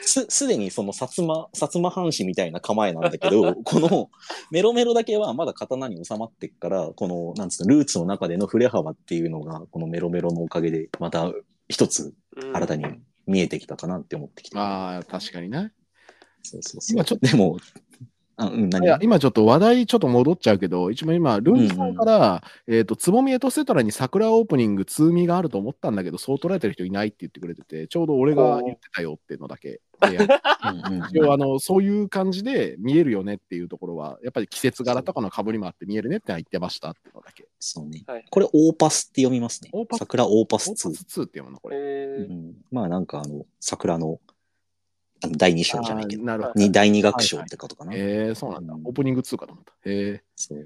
Speaker 3: す、すでにその薩摩、薩摩藩士みたいな構えなんだ けど、このメロメロだけはまだ刀に収まってっから、この、なんつうの、ルーツの中での振れ幅っていうのが、このメロメロのおかげで、また一つ
Speaker 2: うん
Speaker 3: 新たに見えてきたかなって思ってきて。
Speaker 1: まあ確かにな
Speaker 3: そうそうそう。
Speaker 1: 今ちょっと
Speaker 3: でも、あ、うん、何
Speaker 1: いや今ちょっと話題ちょっと戻っちゃうけど一応今ルンジさんから、えっとつぼみエトセトラに桜オープニング通味があると思ったんだけどそう捉えてる人いないって言ってくれててちょうど俺が言ってたよっていうのだけで
Speaker 3: うんうん
Speaker 1: 一 応あのそういう感じで見えるよねっていうところはやっぱり季節柄とかのかぶりもあって見えるねってのは言ってましたっていうのだけ
Speaker 3: そうね
Speaker 2: はい。
Speaker 3: これ、オーパスって読みますね
Speaker 1: オーパ。ス
Speaker 3: 桜オーパ
Speaker 1: オ
Speaker 3: ス
Speaker 1: ーパ
Speaker 3: 2。
Speaker 1: ス2っていうものこれ
Speaker 3: う
Speaker 2: えー
Speaker 3: んまあ、なんか、あの、桜の、あの第2章じゃないけど
Speaker 1: あー、なるほど
Speaker 3: に第2楽章ってことかな。
Speaker 1: えー、そうなんだ。
Speaker 3: うん
Speaker 1: オープニング2かと思った。えー、
Speaker 3: そう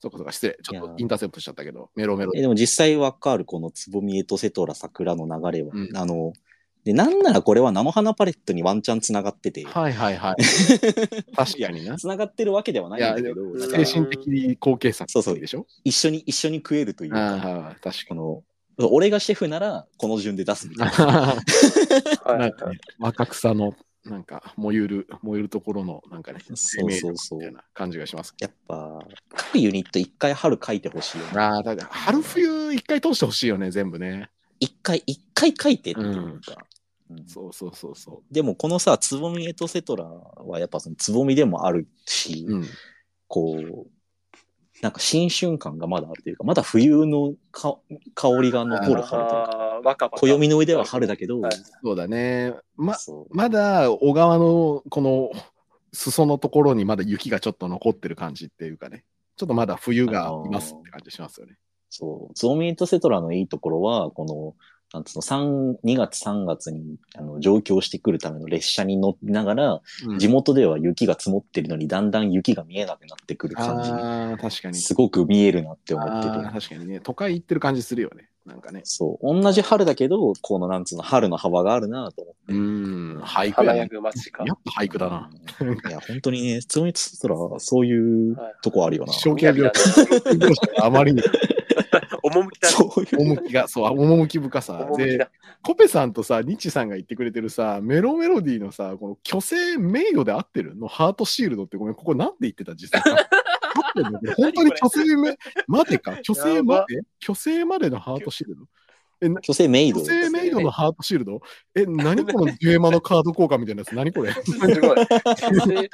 Speaker 1: そうかそうか、失礼。ちょっ
Speaker 3: いや
Speaker 1: と
Speaker 3: ー
Speaker 1: インターセプトしちゃったけど、メロメロ
Speaker 3: え。でも実際わかるこのつぼみえとセトラ桜の流れは、
Speaker 1: うん
Speaker 3: あのでなんならこれは菜の花パレットにワンチャンつながってて
Speaker 1: はいはい はい。確かにな。
Speaker 3: つながってるわけではないんだけど
Speaker 2: いや
Speaker 3: な
Speaker 1: 精
Speaker 3: んか
Speaker 1: 神的好景作
Speaker 3: そうそう
Speaker 1: でしょ
Speaker 3: 一緒に一緒に食えるという
Speaker 1: あ
Speaker 3: か
Speaker 1: あ、確か
Speaker 3: この俺がシェフなら、この順で出すみたいな。
Speaker 2: はいは
Speaker 1: ないんかね、若草の、なんか、燃ゆる、燃ゆるところの、なんかね、
Speaker 3: そうそう
Speaker 1: 生命力
Speaker 3: そう
Speaker 1: みたいな感じがします。
Speaker 3: やっぱ、各ユニット一回春書いてほしいよね。
Speaker 1: ああ、だから春冬一回通してほしいよね、全部ね。
Speaker 3: 一回、一回書いてっていうか。うん
Speaker 1: そうそうそうそ
Speaker 3: でもこのさ、つぼみエトセトラはやっぱそのつぼみでもあるし、
Speaker 1: う。うん。
Speaker 3: こう、なんか新春感がまだあるというか、まだ冬のか香りが残る春というか、
Speaker 2: あー若葉
Speaker 3: 暦の上では春だけど、
Speaker 2: はい
Speaker 1: そうだね。ま、
Speaker 3: そう
Speaker 1: まだ小川のこの裾のところにまだ雪がちょっと残ってる感じっていうかね。ちょっとまだ冬がいますって感じしますよね。
Speaker 3: そう、つぼみエトセトラのいいところは、この、なんつうの、三2月3月にあの上京してくるための列車に乗りながら、
Speaker 1: うん
Speaker 3: 地元では雪が積もってるのに、だんだん雪が見えなくなってくる感
Speaker 1: ああ、確かに
Speaker 3: じ。。すごく見えるなって思って
Speaker 1: ああ
Speaker 3: て。
Speaker 1: 確かにね。都会行ってる感じするよね。なんかね。
Speaker 3: そう。同じ春だけど、このなんつうの、春の幅があるなと思って。
Speaker 1: うーん、俳句や
Speaker 2: 華
Speaker 1: ね。
Speaker 2: や
Speaker 1: や
Speaker 2: ぐ街か。
Speaker 1: っぱ俳句だな。
Speaker 3: うん。いや、本当にね、つぼみエトセトラはそういうとこあるよな。
Speaker 1: はい象形病 あまりに
Speaker 2: 趣だね。
Speaker 3: そういう。
Speaker 1: 趣が、そう、趣深さ。
Speaker 2: 趣
Speaker 1: で、
Speaker 2: だ。
Speaker 1: コペさんとさ、ニッチさんが言ってくれてるさ、メロメロディーのさ、この虚勢名誉で合ってるのハートシールドってごめん、ここなんて言ってた実際。合って んのこれ本当に虚勢め、待てか、虚勢まで虚勢までのハートシールド
Speaker 3: 虚勢メイド。
Speaker 1: 虚勢名誉のハートシールドえ、何このデュエマのカード効果みたいなやつ何 これ
Speaker 2: すごい。虚勢、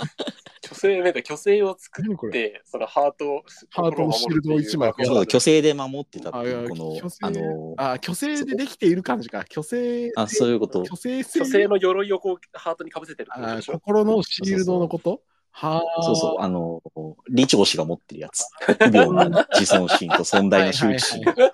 Speaker 2: 虚勢なんか虚勢を作
Speaker 1: 何こ
Speaker 2: っ
Speaker 1: れ
Speaker 2: て、そのハートを、
Speaker 1: ハートのシールドを一枚
Speaker 3: そうだ、虚
Speaker 2: 勢。
Speaker 3: 勢で守ってたって
Speaker 1: あ
Speaker 3: い、
Speaker 1: いうや
Speaker 3: この
Speaker 1: 虚、勢
Speaker 3: あの、
Speaker 1: あ、虚勢でできている感じか。虚勢、
Speaker 3: あ、そういうこと。
Speaker 1: 虚勢性
Speaker 2: 虚勢の鎧をこう、ハートにかぶせてるってこと
Speaker 1: あ
Speaker 2: でしょ。
Speaker 1: 心のシールドのことはあ。
Speaker 3: そうそう、あの、李長氏が持ってるやつ。臆病な自尊心と尊大な羞恥心。
Speaker 1: はいはいはい。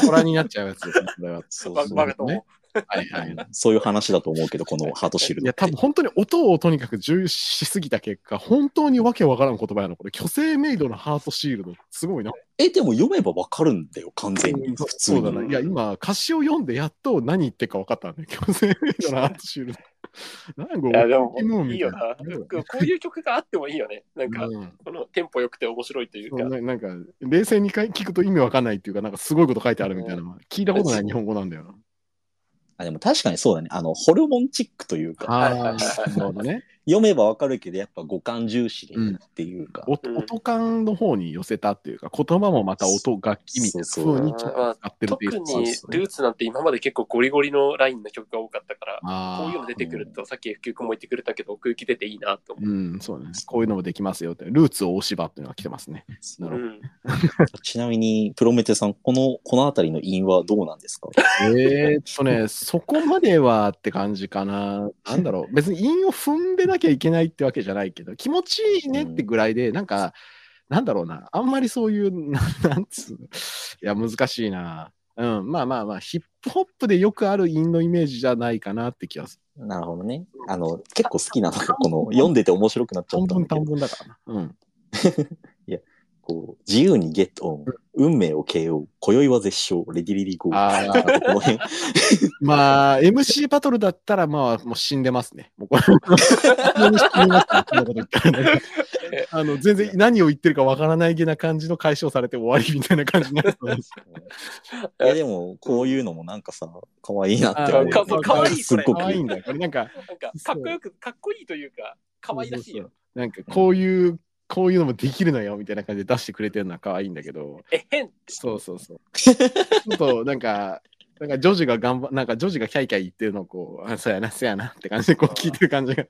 Speaker 1: 虎になっちゃうやつですね、それは。
Speaker 3: そう
Speaker 2: バ
Speaker 3: そう
Speaker 2: バカと
Speaker 1: ね
Speaker 2: も。
Speaker 1: はい はい。
Speaker 3: そういう話だと思うけど、このハートシール
Speaker 1: い
Speaker 3: ドっ
Speaker 1: や、
Speaker 3: て。
Speaker 1: 多分本当に音をとにかく重視しすぎた結果、本当にわけわからん言葉やな、これ。虚勢メイドのハートシールド、すごいな。
Speaker 3: え、でも読めばわかるんだよ、完全に。普通
Speaker 1: そうだね。
Speaker 3: に。
Speaker 1: いや、今、歌詞を読んでやっと何言ってるか分かったね。虚勢メイドのハートシールド。 なんか
Speaker 2: いや、でも
Speaker 1: 大きも、ん
Speaker 2: いい
Speaker 1: みた
Speaker 2: よ
Speaker 1: い
Speaker 2: な。こういう曲があってもいいよね。なんか、
Speaker 1: うん
Speaker 2: このテンポ良くて面白いという
Speaker 1: そう
Speaker 2: か。
Speaker 1: ななんか、冷静にかい聞くと意味わかんないっていうか、なんかすごいこと書いてあるみたいな。聞いたことない日本語なんだよな。
Speaker 3: あ、でも確かにそうだね。あの、ホルモンチックというか、
Speaker 2: はいはいはい
Speaker 1: ーなるほどね。
Speaker 3: 読めばわかるけど、やっぱ五感重視でっていうか。
Speaker 1: 音
Speaker 2: うん
Speaker 1: 音感の方に寄せたっていうか、言葉もまた音、楽器みたいな
Speaker 3: そうそう
Speaker 1: 風にちょっと使ってるってい
Speaker 2: 特
Speaker 1: う
Speaker 2: に
Speaker 1: そうそう
Speaker 2: ルーツなんて今まで結構ゴリゴリのラインの曲が多かったから、
Speaker 1: あー
Speaker 2: こういうの出てくると、さっき FQ 君も言ってくれたけど、奥行き出ていいなと思
Speaker 1: うん、そうね。こういうのもできますよって、ルーツ大芝っていうのが来てますね。
Speaker 3: な
Speaker 2: う。
Speaker 3: るほど
Speaker 2: うん
Speaker 3: ちなみに、プロメテさん、この、このあたりの因はどうなんですか
Speaker 1: えーっとね、そこまではって感じかな。なんだろ う。別に韻を踏んでなきゃいけないってわけじゃないけど、気持ちいいねってぐらいで、なんか、なんだろうな。あんまりそういう、 ななんつうの。いや、難しいな。うん、まあまあまあ、ヒップホップでよくある韻のイメージじゃないかなって気がする。
Speaker 3: なるほどね。あの、結構好きなのが、この、読んでて面白くなっちゃっ
Speaker 1: 短
Speaker 3: たん
Speaker 1: 文
Speaker 3: だけ
Speaker 1: 短
Speaker 3: ど、
Speaker 1: 文だからな。うん。
Speaker 3: こう、自由にゲットオン、運命を KO、今宵は絶唱、レディリリゴー。
Speaker 1: あー
Speaker 3: なんかこ の辺、
Speaker 1: まあ、MC バトルだったら、まあ、もう死んでますね。もうこれ、死んでますねこんなこと言ったらね あの、全然何を言ってるかわからないげな感じの解消されて終わりみたいな感じになると思うんです
Speaker 3: いやでも、こういうのもなんかさ、可愛いなって思うよね。
Speaker 1: あーかかわいい
Speaker 3: すっ
Speaker 2: こ
Speaker 3: ごく。
Speaker 1: 可愛いんだよ。これなんか、
Speaker 2: なんか、かっこよく、かっこいいというか、可愛らしいよ。
Speaker 1: なんか、こういう、こういうのもできるのよみたいな感じで出してくれてるのは可愛いんだけど、
Speaker 2: え、変
Speaker 1: そうそうそう。ちょっと、なんか、なんか、ジョジが頑張、なんか、ジョジがキャイキャイ言ってるのをこう、あそうやな、そうやなって感じで、こう聞いてる感じが。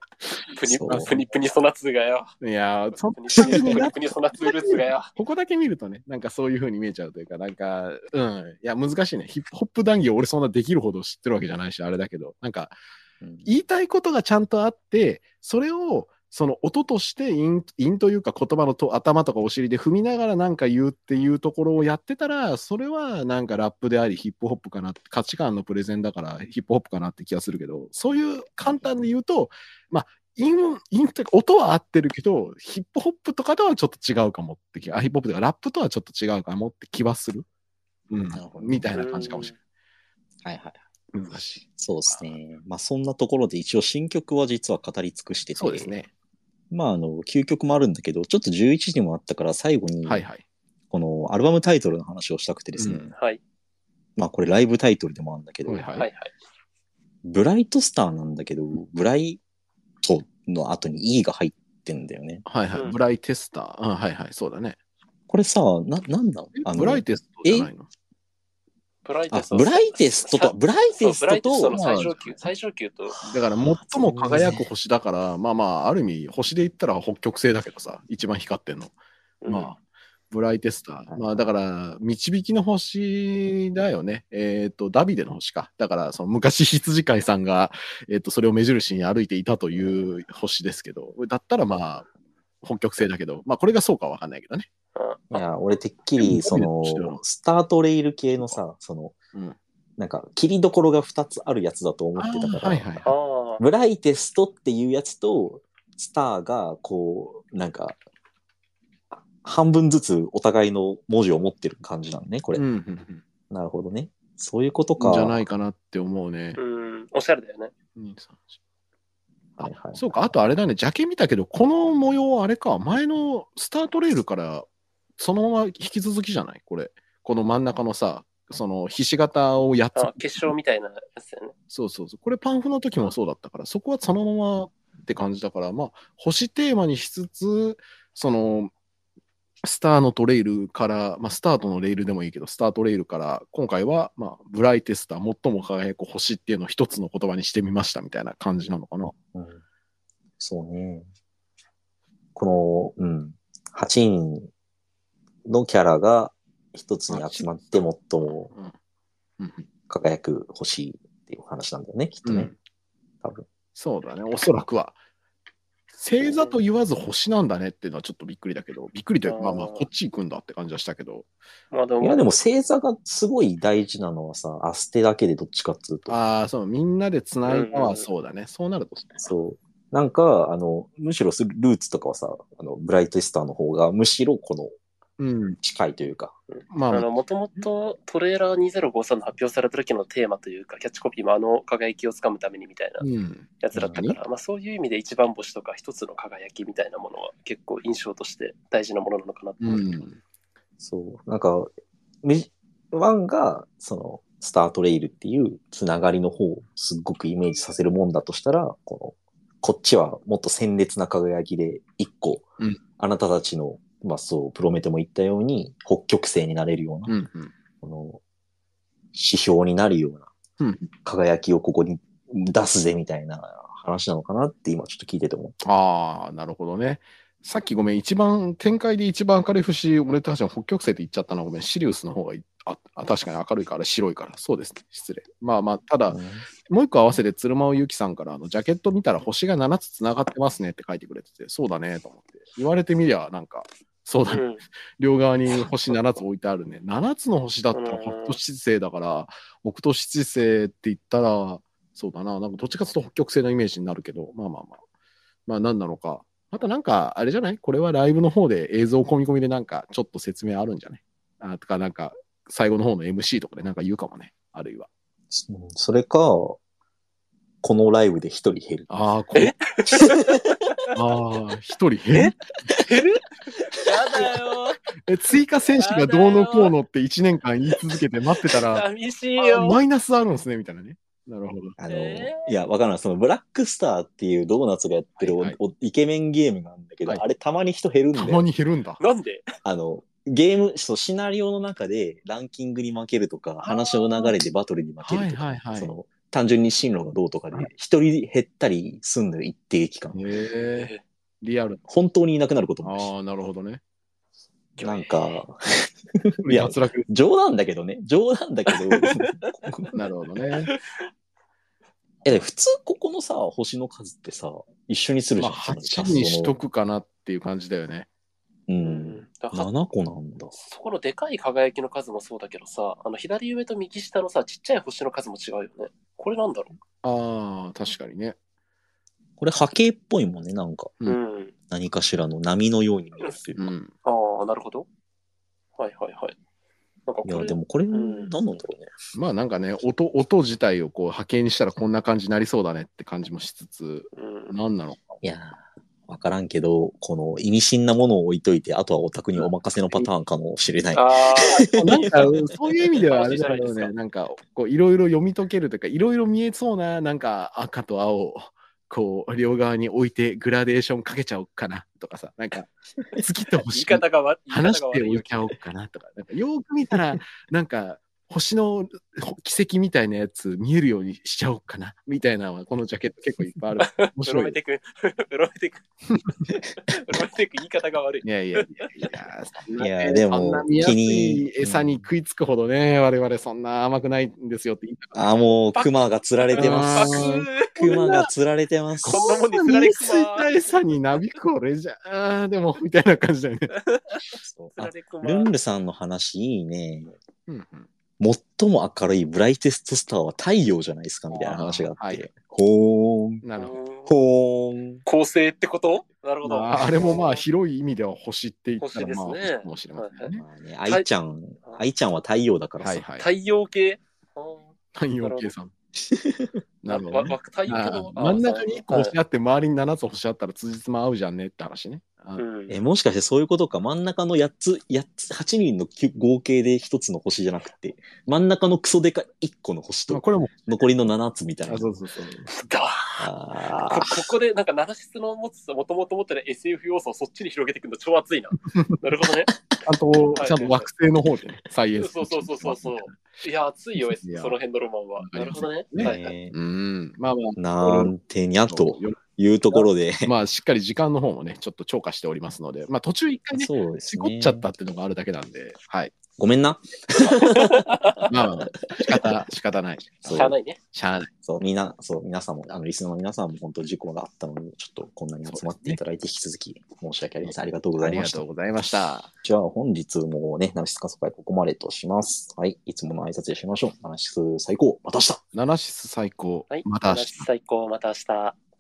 Speaker 2: プニ
Speaker 3: そう
Speaker 2: プニプニソナツーがよ。
Speaker 1: いやー、そっ
Speaker 2: プニ
Speaker 1: ち
Speaker 2: プ
Speaker 1: に
Speaker 2: ニ
Speaker 1: なっ
Speaker 2: プニソナツールーツがよ。
Speaker 1: ここだけ見るとね、なんかそういう風に見えちゃうというか、なんか、うん、いや、難しいね。ヒップホップ談義を俺そんなできるほど知ってるわけじゃないし、あれだけど、なんか、
Speaker 3: うん
Speaker 1: 言いたいことがちゃんとあって、それを、その音として韻、韻というか言葉のと頭とかお尻で踏みながらなんか言うっていうところをやってたら、それはなんかラップでありヒップホップかなって、価値観のプレゼンだからヒップホップかなって気がするけど、そういう簡単で言うと、まあ、韻、韻というか音は合ってるけど、ヒップホップとかとはちょっと違うかもって気が、あ、ヒップホップというかラップとはちょっと違うかもって気はする。うん
Speaker 3: なるほ、ど
Speaker 1: みたいな感じかもしれ
Speaker 3: はいはい。
Speaker 1: ない。難しい。
Speaker 3: そうですね。まあそんなところで一応新曲は実は語り尽くしてて、
Speaker 1: そうです。ね。
Speaker 3: まああの、究極もあるんだけど、ちょっと11時もあったから最後に、
Speaker 1: はいはい。
Speaker 3: このアルバムタイトルの話をしたくてですね、
Speaker 1: うん
Speaker 2: はい。
Speaker 3: まあこれライブタイトルでもあるんだけど、
Speaker 1: はいはい
Speaker 2: はいはい。
Speaker 3: ブライトスターなんだけど、ブライトの後に E が入ってんだよね。
Speaker 1: はいはい、
Speaker 2: うん
Speaker 1: ブライテスター。あはいはい、そうだね。
Speaker 3: これさ、な、なんだ
Speaker 1: え
Speaker 3: あの
Speaker 1: ブライテストじゃないの
Speaker 2: ブライ
Speaker 3: あ
Speaker 2: テスト。
Speaker 3: ブライテストと、ブライ
Speaker 2: そう
Speaker 3: テス
Speaker 2: ブラ
Speaker 3: ト
Speaker 2: イテストの、
Speaker 3: と
Speaker 1: まあ
Speaker 2: 最上級、最上級と、
Speaker 1: だから最も輝く星だから、まあまあ、ある意味、星で言ったら北極星だけどさ、一番光ってんの。
Speaker 2: うん
Speaker 1: まあ、ブライテスタ
Speaker 3: は
Speaker 1: ー。
Speaker 3: い
Speaker 1: まあ、だから、導きの星だよね。えっ、と、ダビデの星か。だから、その昔羊飼いさんが、えっ、と、それを目印に歩いていたという星ですけど、だったらまあ、北極星だけど、まあ、これがそうかはわかんないけどね。
Speaker 3: いや、俺てっきり、その
Speaker 1: でも、
Speaker 3: スタートレイル系のさ、その、
Speaker 1: うん
Speaker 3: なんか、切りどころが2つあるやつだと思ってたから、
Speaker 1: はいはい。
Speaker 2: ああ、
Speaker 3: ブライテストっていうやつと、スターが、こう、なんか、半分ずつお互いの文字を持ってる感じなのね、これ。
Speaker 1: うんうんうん
Speaker 3: なるほどね。そういうことか。
Speaker 1: じゃないかなって思うね。
Speaker 2: うん、おしゃれだよね。
Speaker 1: 二三四
Speaker 3: はいはいはい
Speaker 1: そうか、あとあれだね、ジャケ見たけど、この模様、あれか、前のスタートレールから、そのまま引き続きじゃないこれ。この真ん中のさ、その、ひし形を8つ
Speaker 2: あ決勝みたいなやつだよね。
Speaker 1: そうそうそう。これパンフの時もそうだったから、そこはそのままって感じだから、まあ、星テーマにしつつ、その、スターのトレイルから、まあ、スタートのレールでもいいけど、スタートレイルから、今回は、まあ、ブライテスター、最も輝く星っていうのを一つの言葉にしてみましたみたいな感じなのかな。
Speaker 3: うんそうね。この、うん、8人のキャラが一つに集まって最も
Speaker 1: うんうん
Speaker 3: 輝く星っていう話なんだよね、きっと
Speaker 1: う
Speaker 3: ね
Speaker 1: ん。、
Speaker 3: 多分。
Speaker 1: そうだね、おそらくは。星座と言わず星なんだねっていうのはちょっとびっくりだけど、びっくりというか、まあまあ、こっち行くんだって感じはしたけど、
Speaker 2: まあでも、
Speaker 3: いや、でも星座がすごい大事なのはさ、アステだけでどっちかっつうと。
Speaker 1: ああ、そう、みんなでつないだ
Speaker 2: うんうんう
Speaker 1: は
Speaker 2: ん
Speaker 1: そうだね、そうなるとそう
Speaker 3: そう。なんか、あの、むしろすルーツとかはさ、あの、ブライトスターの方が、むしろこの
Speaker 1: うん、
Speaker 3: 近いというか、
Speaker 1: ま
Speaker 2: あ
Speaker 1: あ、
Speaker 2: の、もともとトレーラー2053の発表された時のテーマというか、キャッチコピーもあの輝きをつかむためにみたいな
Speaker 1: うん、
Speaker 2: やつだったから、まあそういう意味で一番星とか一つの輝きみたいなものは結構印象として大事なものなのかなと
Speaker 1: う
Speaker 2: 思う。
Speaker 1: ん、
Speaker 3: そう、なんか、みワンが、その、スタートレイルっていうつながりの方をすっごくイメージさせるもんだとしたら、この、こっちはもっと鮮烈な輝きで、一個、
Speaker 1: うん
Speaker 3: あなたたちの、まあそう、プロメテも言ったように、北極星になれるような、
Speaker 1: うん、うん、
Speaker 3: この、指標になるような
Speaker 1: うん。
Speaker 3: 輝きをここに出すぜみたいな話なのかなって今ちょっと聞いてて思っ
Speaker 1: ああ、なるほどね。さっきごめん、一番、展開で一番明るい節、俺たちの北極星って言っちゃったな、ごめん、シリウスの方がいああ確かに明るいから白いから、そうですね、失礼。まあまあ、た
Speaker 3: た。
Speaker 1: だ、もう一個合わせて鶴舞ゆきさんからあのジャケット見たら星が7つつながってますねって書いてくれてて、そうだねと思って。言われてみりゃなんか、そうだね。
Speaker 2: うん
Speaker 1: 両側に星7つ置いてあるね。7つの星だったら北斗七星だから、北斗七星って言ったら、そうだな。なんかどっちかというと北極星のイメージになるけど、まあまあまあ。まあ何なのか。またなんか、あれじゃないこれはライブの方で映像込み込みでなんかちょっと説明あるんじゃないあとかなんか、最後の方の MC とかでなんか言うかもね。あるいは。
Speaker 3: うんそれか、このライブで一人減る。
Speaker 1: ああ、こう。 ああ、一人減る。
Speaker 2: やだよ
Speaker 1: え、追加選手がどうのこうのって1年間言い続けて待ってたら、
Speaker 2: 寂しいよ
Speaker 1: マイナスあるんですね、みたいなね。なるほど。
Speaker 3: あの、
Speaker 2: え
Speaker 3: いや、わからない。その、ブラックスターっていうドーナツがやってるお、
Speaker 1: はいはい
Speaker 3: おイケメンゲームなんだけど、
Speaker 1: はい
Speaker 3: あれたまに人減るんだ
Speaker 1: た
Speaker 3: よ。
Speaker 1: まに減るんだ。
Speaker 2: なんで
Speaker 3: あの、ゲーム、そう、シナリオの中でランキングに負けるとか、話の流れでバトルに負けるとか、
Speaker 1: はいはいはい
Speaker 3: その、単純に進路がどうとかで、一人減ったりすんのよ、一定期間。
Speaker 1: へえ。リアル。
Speaker 3: 本当にいなくなることもあるし
Speaker 1: ああ、なるほどね。
Speaker 3: なんか、い
Speaker 1: いや、
Speaker 3: や
Speaker 1: 脱 落。
Speaker 3: 冗談だけどね、冗談だけど、
Speaker 1: なるほどね。
Speaker 3: え、普通ここのさ、星の数ってさ、一緒にするじ
Speaker 1: ま
Speaker 3: ゃん。
Speaker 1: あ、
Speaker 3: その
Speaker 1: 8にしと
Speaker 3: キャス
Speaker 1: くかなっていう感じだよね。
Speaker 2: う
Speaker 3: トの。う。
Speaker 2: んんだから
Speaker 3: 7個なんだ。
Speaker 2: そこのでかい輝きの数もそうだけどさ、あの左上と右下のさ、ちっちゃい星の数も違うよね。これなんだろ
Speaker 1: ああ、確かにね。
Speaker 3: これ波形っぽいもんね、なんか。
Speaker 2: う、
Speaker 1: う
Speaker 2: うん、
Speaker 3: 何かしらの波のように見えるという
Speaker 1: う
Speaker 3: か。
Speaker 1: ん。
Speaker 2: ああ、なるほど。はいはいはい。なんかこ
Speaker 3: いや、
Speaker 2: れ
Speaker 3: でもこれ、何
Speaker 2: ん
Speaker 3: なんだろうね。
Speaker 1: まあなんかね、音、音自体をこう波形にしたらこんな感じになりそうだねって感じもしつつ、
Speaker 2: うん、
Speaker 1: 何なのか。
Speaker 3: いやー、わからんけど、この意味深なものを置いといて、あとはオタクにお任せのパターンかもしれない。
Speaker 2: あ
Speaker 1: なんかそういう意味ではあれだ
Speaker 2: 楽し
Speaker 1: よ
Speaker 2: いじゃないです
Speaker 1: ね、
Speaker 2: か
Speaker 1: なんかこういろいろ読み解けるというか、いろいろ見えそうな、なんか赤と青をこう両側に置いてグラデーションかけちゃおうかなとかさ、なんか突きてほ
Speaker 2: 言
Speaker 1: し
Speaker 2: い
Speaker 1: い
Speaker 2: 方が悪い。
Speaker 1: 話しておいちゃお
Speaker 2: う
Speaker 1: うかなとか、なんかよーく見たら、なんか星のほ奇跡みたいなやつ見えるようにしちゃおうかなみたいなのは、このジャケット結構いっぱいある。 面
Speaker 2: うろ
Speaker 1: 白
Speaker 2: め
Speaker 1: い。
Speaker 2: てく。うろめてく。うろめてく言い方が悪い。
Speaker 1: いやいやいやいや、そんない
Speaker 3: やでも
Speaker 1: そんな見やすい
Speaker 3: 気に
Speaker 1: 餌に食いつくほどね、我々そんな甘くないんですよって言いたかった
Speaker 3: あー、もう、熊が釣られてま
Speaker 2: パ
Speaker 1: あ
Speaker 2: ク
Speaker 3: す。
Speaker 1: ー
Speaker 2: ー
Speaker 3: 熊が釣られてます。
Speaker 2: こんなもんに釣られくま
Speaker 1: こんなについた餌になびく俺じゃ、あーでも、みたいな感じだよね。
Speaker 3: そう
Speaker 2: 釣
Speaker 3: あ
Speaker 2: られくま
Speaker 3: ルンルさんの話いいね。
Speaker 1: うん
Speaker 3: 最も明るいブライテストスターは太陽じゃないですかみたいな話があっ
Speaker 1: あーは
Speaker 3: て。ほーん、
Speaker 1: なるほど。
Speaker 3: ほーん。
Speaker 2: 構成ってことなるほ
Speaker 1: ま
Speaker 2: ど。
Speaker 1: あ、あれもまあ、広い意味では星って言ったら、まあ、
Speaker 2: 星ですね
Speaker 1: 星かもしれませんね。
Speaker 3: まあね、愛ちゃん、愛ちゃんは太陽だから
Speaker 1: は
Speaker 3: さ
Speaker 1: い。はい。
Speaker 2: 太陽系あー
Speaker 1: 太陽計算。 なるほど
Speaker 2: わ
Speaker 1: ね、
Speaker 2: わ太陽系の
Speaker 1: あー真ん中に1個
Speaker 2: あー
Speaker 1: 星あって、周りに7つ星あったら、辻褄合うじゃんねって話ね。あ
Speaker 2: はいうん
Speaker 3: え、もしかしてそういうことか、真ん中の8つ、八つ、8人のきゅ合計で1つの星じゃなくて、真ん中のクソデカ1個の星
Speaker 1: まあ、
Speaker 3: と、
Speaker 1: これも、
Speaker 3: 残りの7つみたいな
Speaker 1: あ。そうそうそう。
Speaker 2: だこ
Speaker 3: あ
Speaker 2: ここでなんかナラシスの持つもともと持ってる SF 要素をそっちに広げていくの超 熱いな。なるほどね。
Speaker 1: ちゃんと、ちゃんと惑星の方でね、サイエンス。
Speaker 2: そうそうそうそうそう。いや、熱いよ、S
Speaker 1: いや
Speaker 2: その辺のロマンは。なるほどね。
Speaker 3: ー
Speaker 2: はいはい
Speaker 3: ね
Speaker 1: うん。まあまあ、
Speaker 3: なんてにゃというところで、
Speaker 1: まあ、しっかり時間の方もね、ちょっと超過しておりますので、まあ、途中一回ね、
Speaker 3: そうです
Speaker 1: し
Speaker 3: ね。
Speaker 1: こっちゃったっていうのがあるだけなんで、はい。
Speaker 3: ごめんな。
Speaker 1: まあまあまあ、仕 方、仕方ない。
Speaker 3: そ
Speaker 2: しゃあ
Speaker 3: う、
Speaker 2: ないね。
Speaker 1: しゃあない。
Speaker 3: そうみんな、そう、皆さんも、あの、リスナーの皆さんも本当事故があったのに、ちょっとこんなに集まっていただいて、引き続き申し訳ありません。ありがとうござ
Speaker 1: あ
Speaker 3: い
Speaker 1: り
Speaker 3: ま
Speaker 1: が
Speaker 3: した
Speaker 1: とう。ございました。
Speaker 3: じゃあ本日もね、ナルシス観測会ここまでとします。はい。いつもの挨拶でしましょう。ナルシス最高。また明日
Speaker 1: ナナシス最高
Speaker 2: はい。。
Speaker 1: また明日。
Speaker 2: 最高、また明日。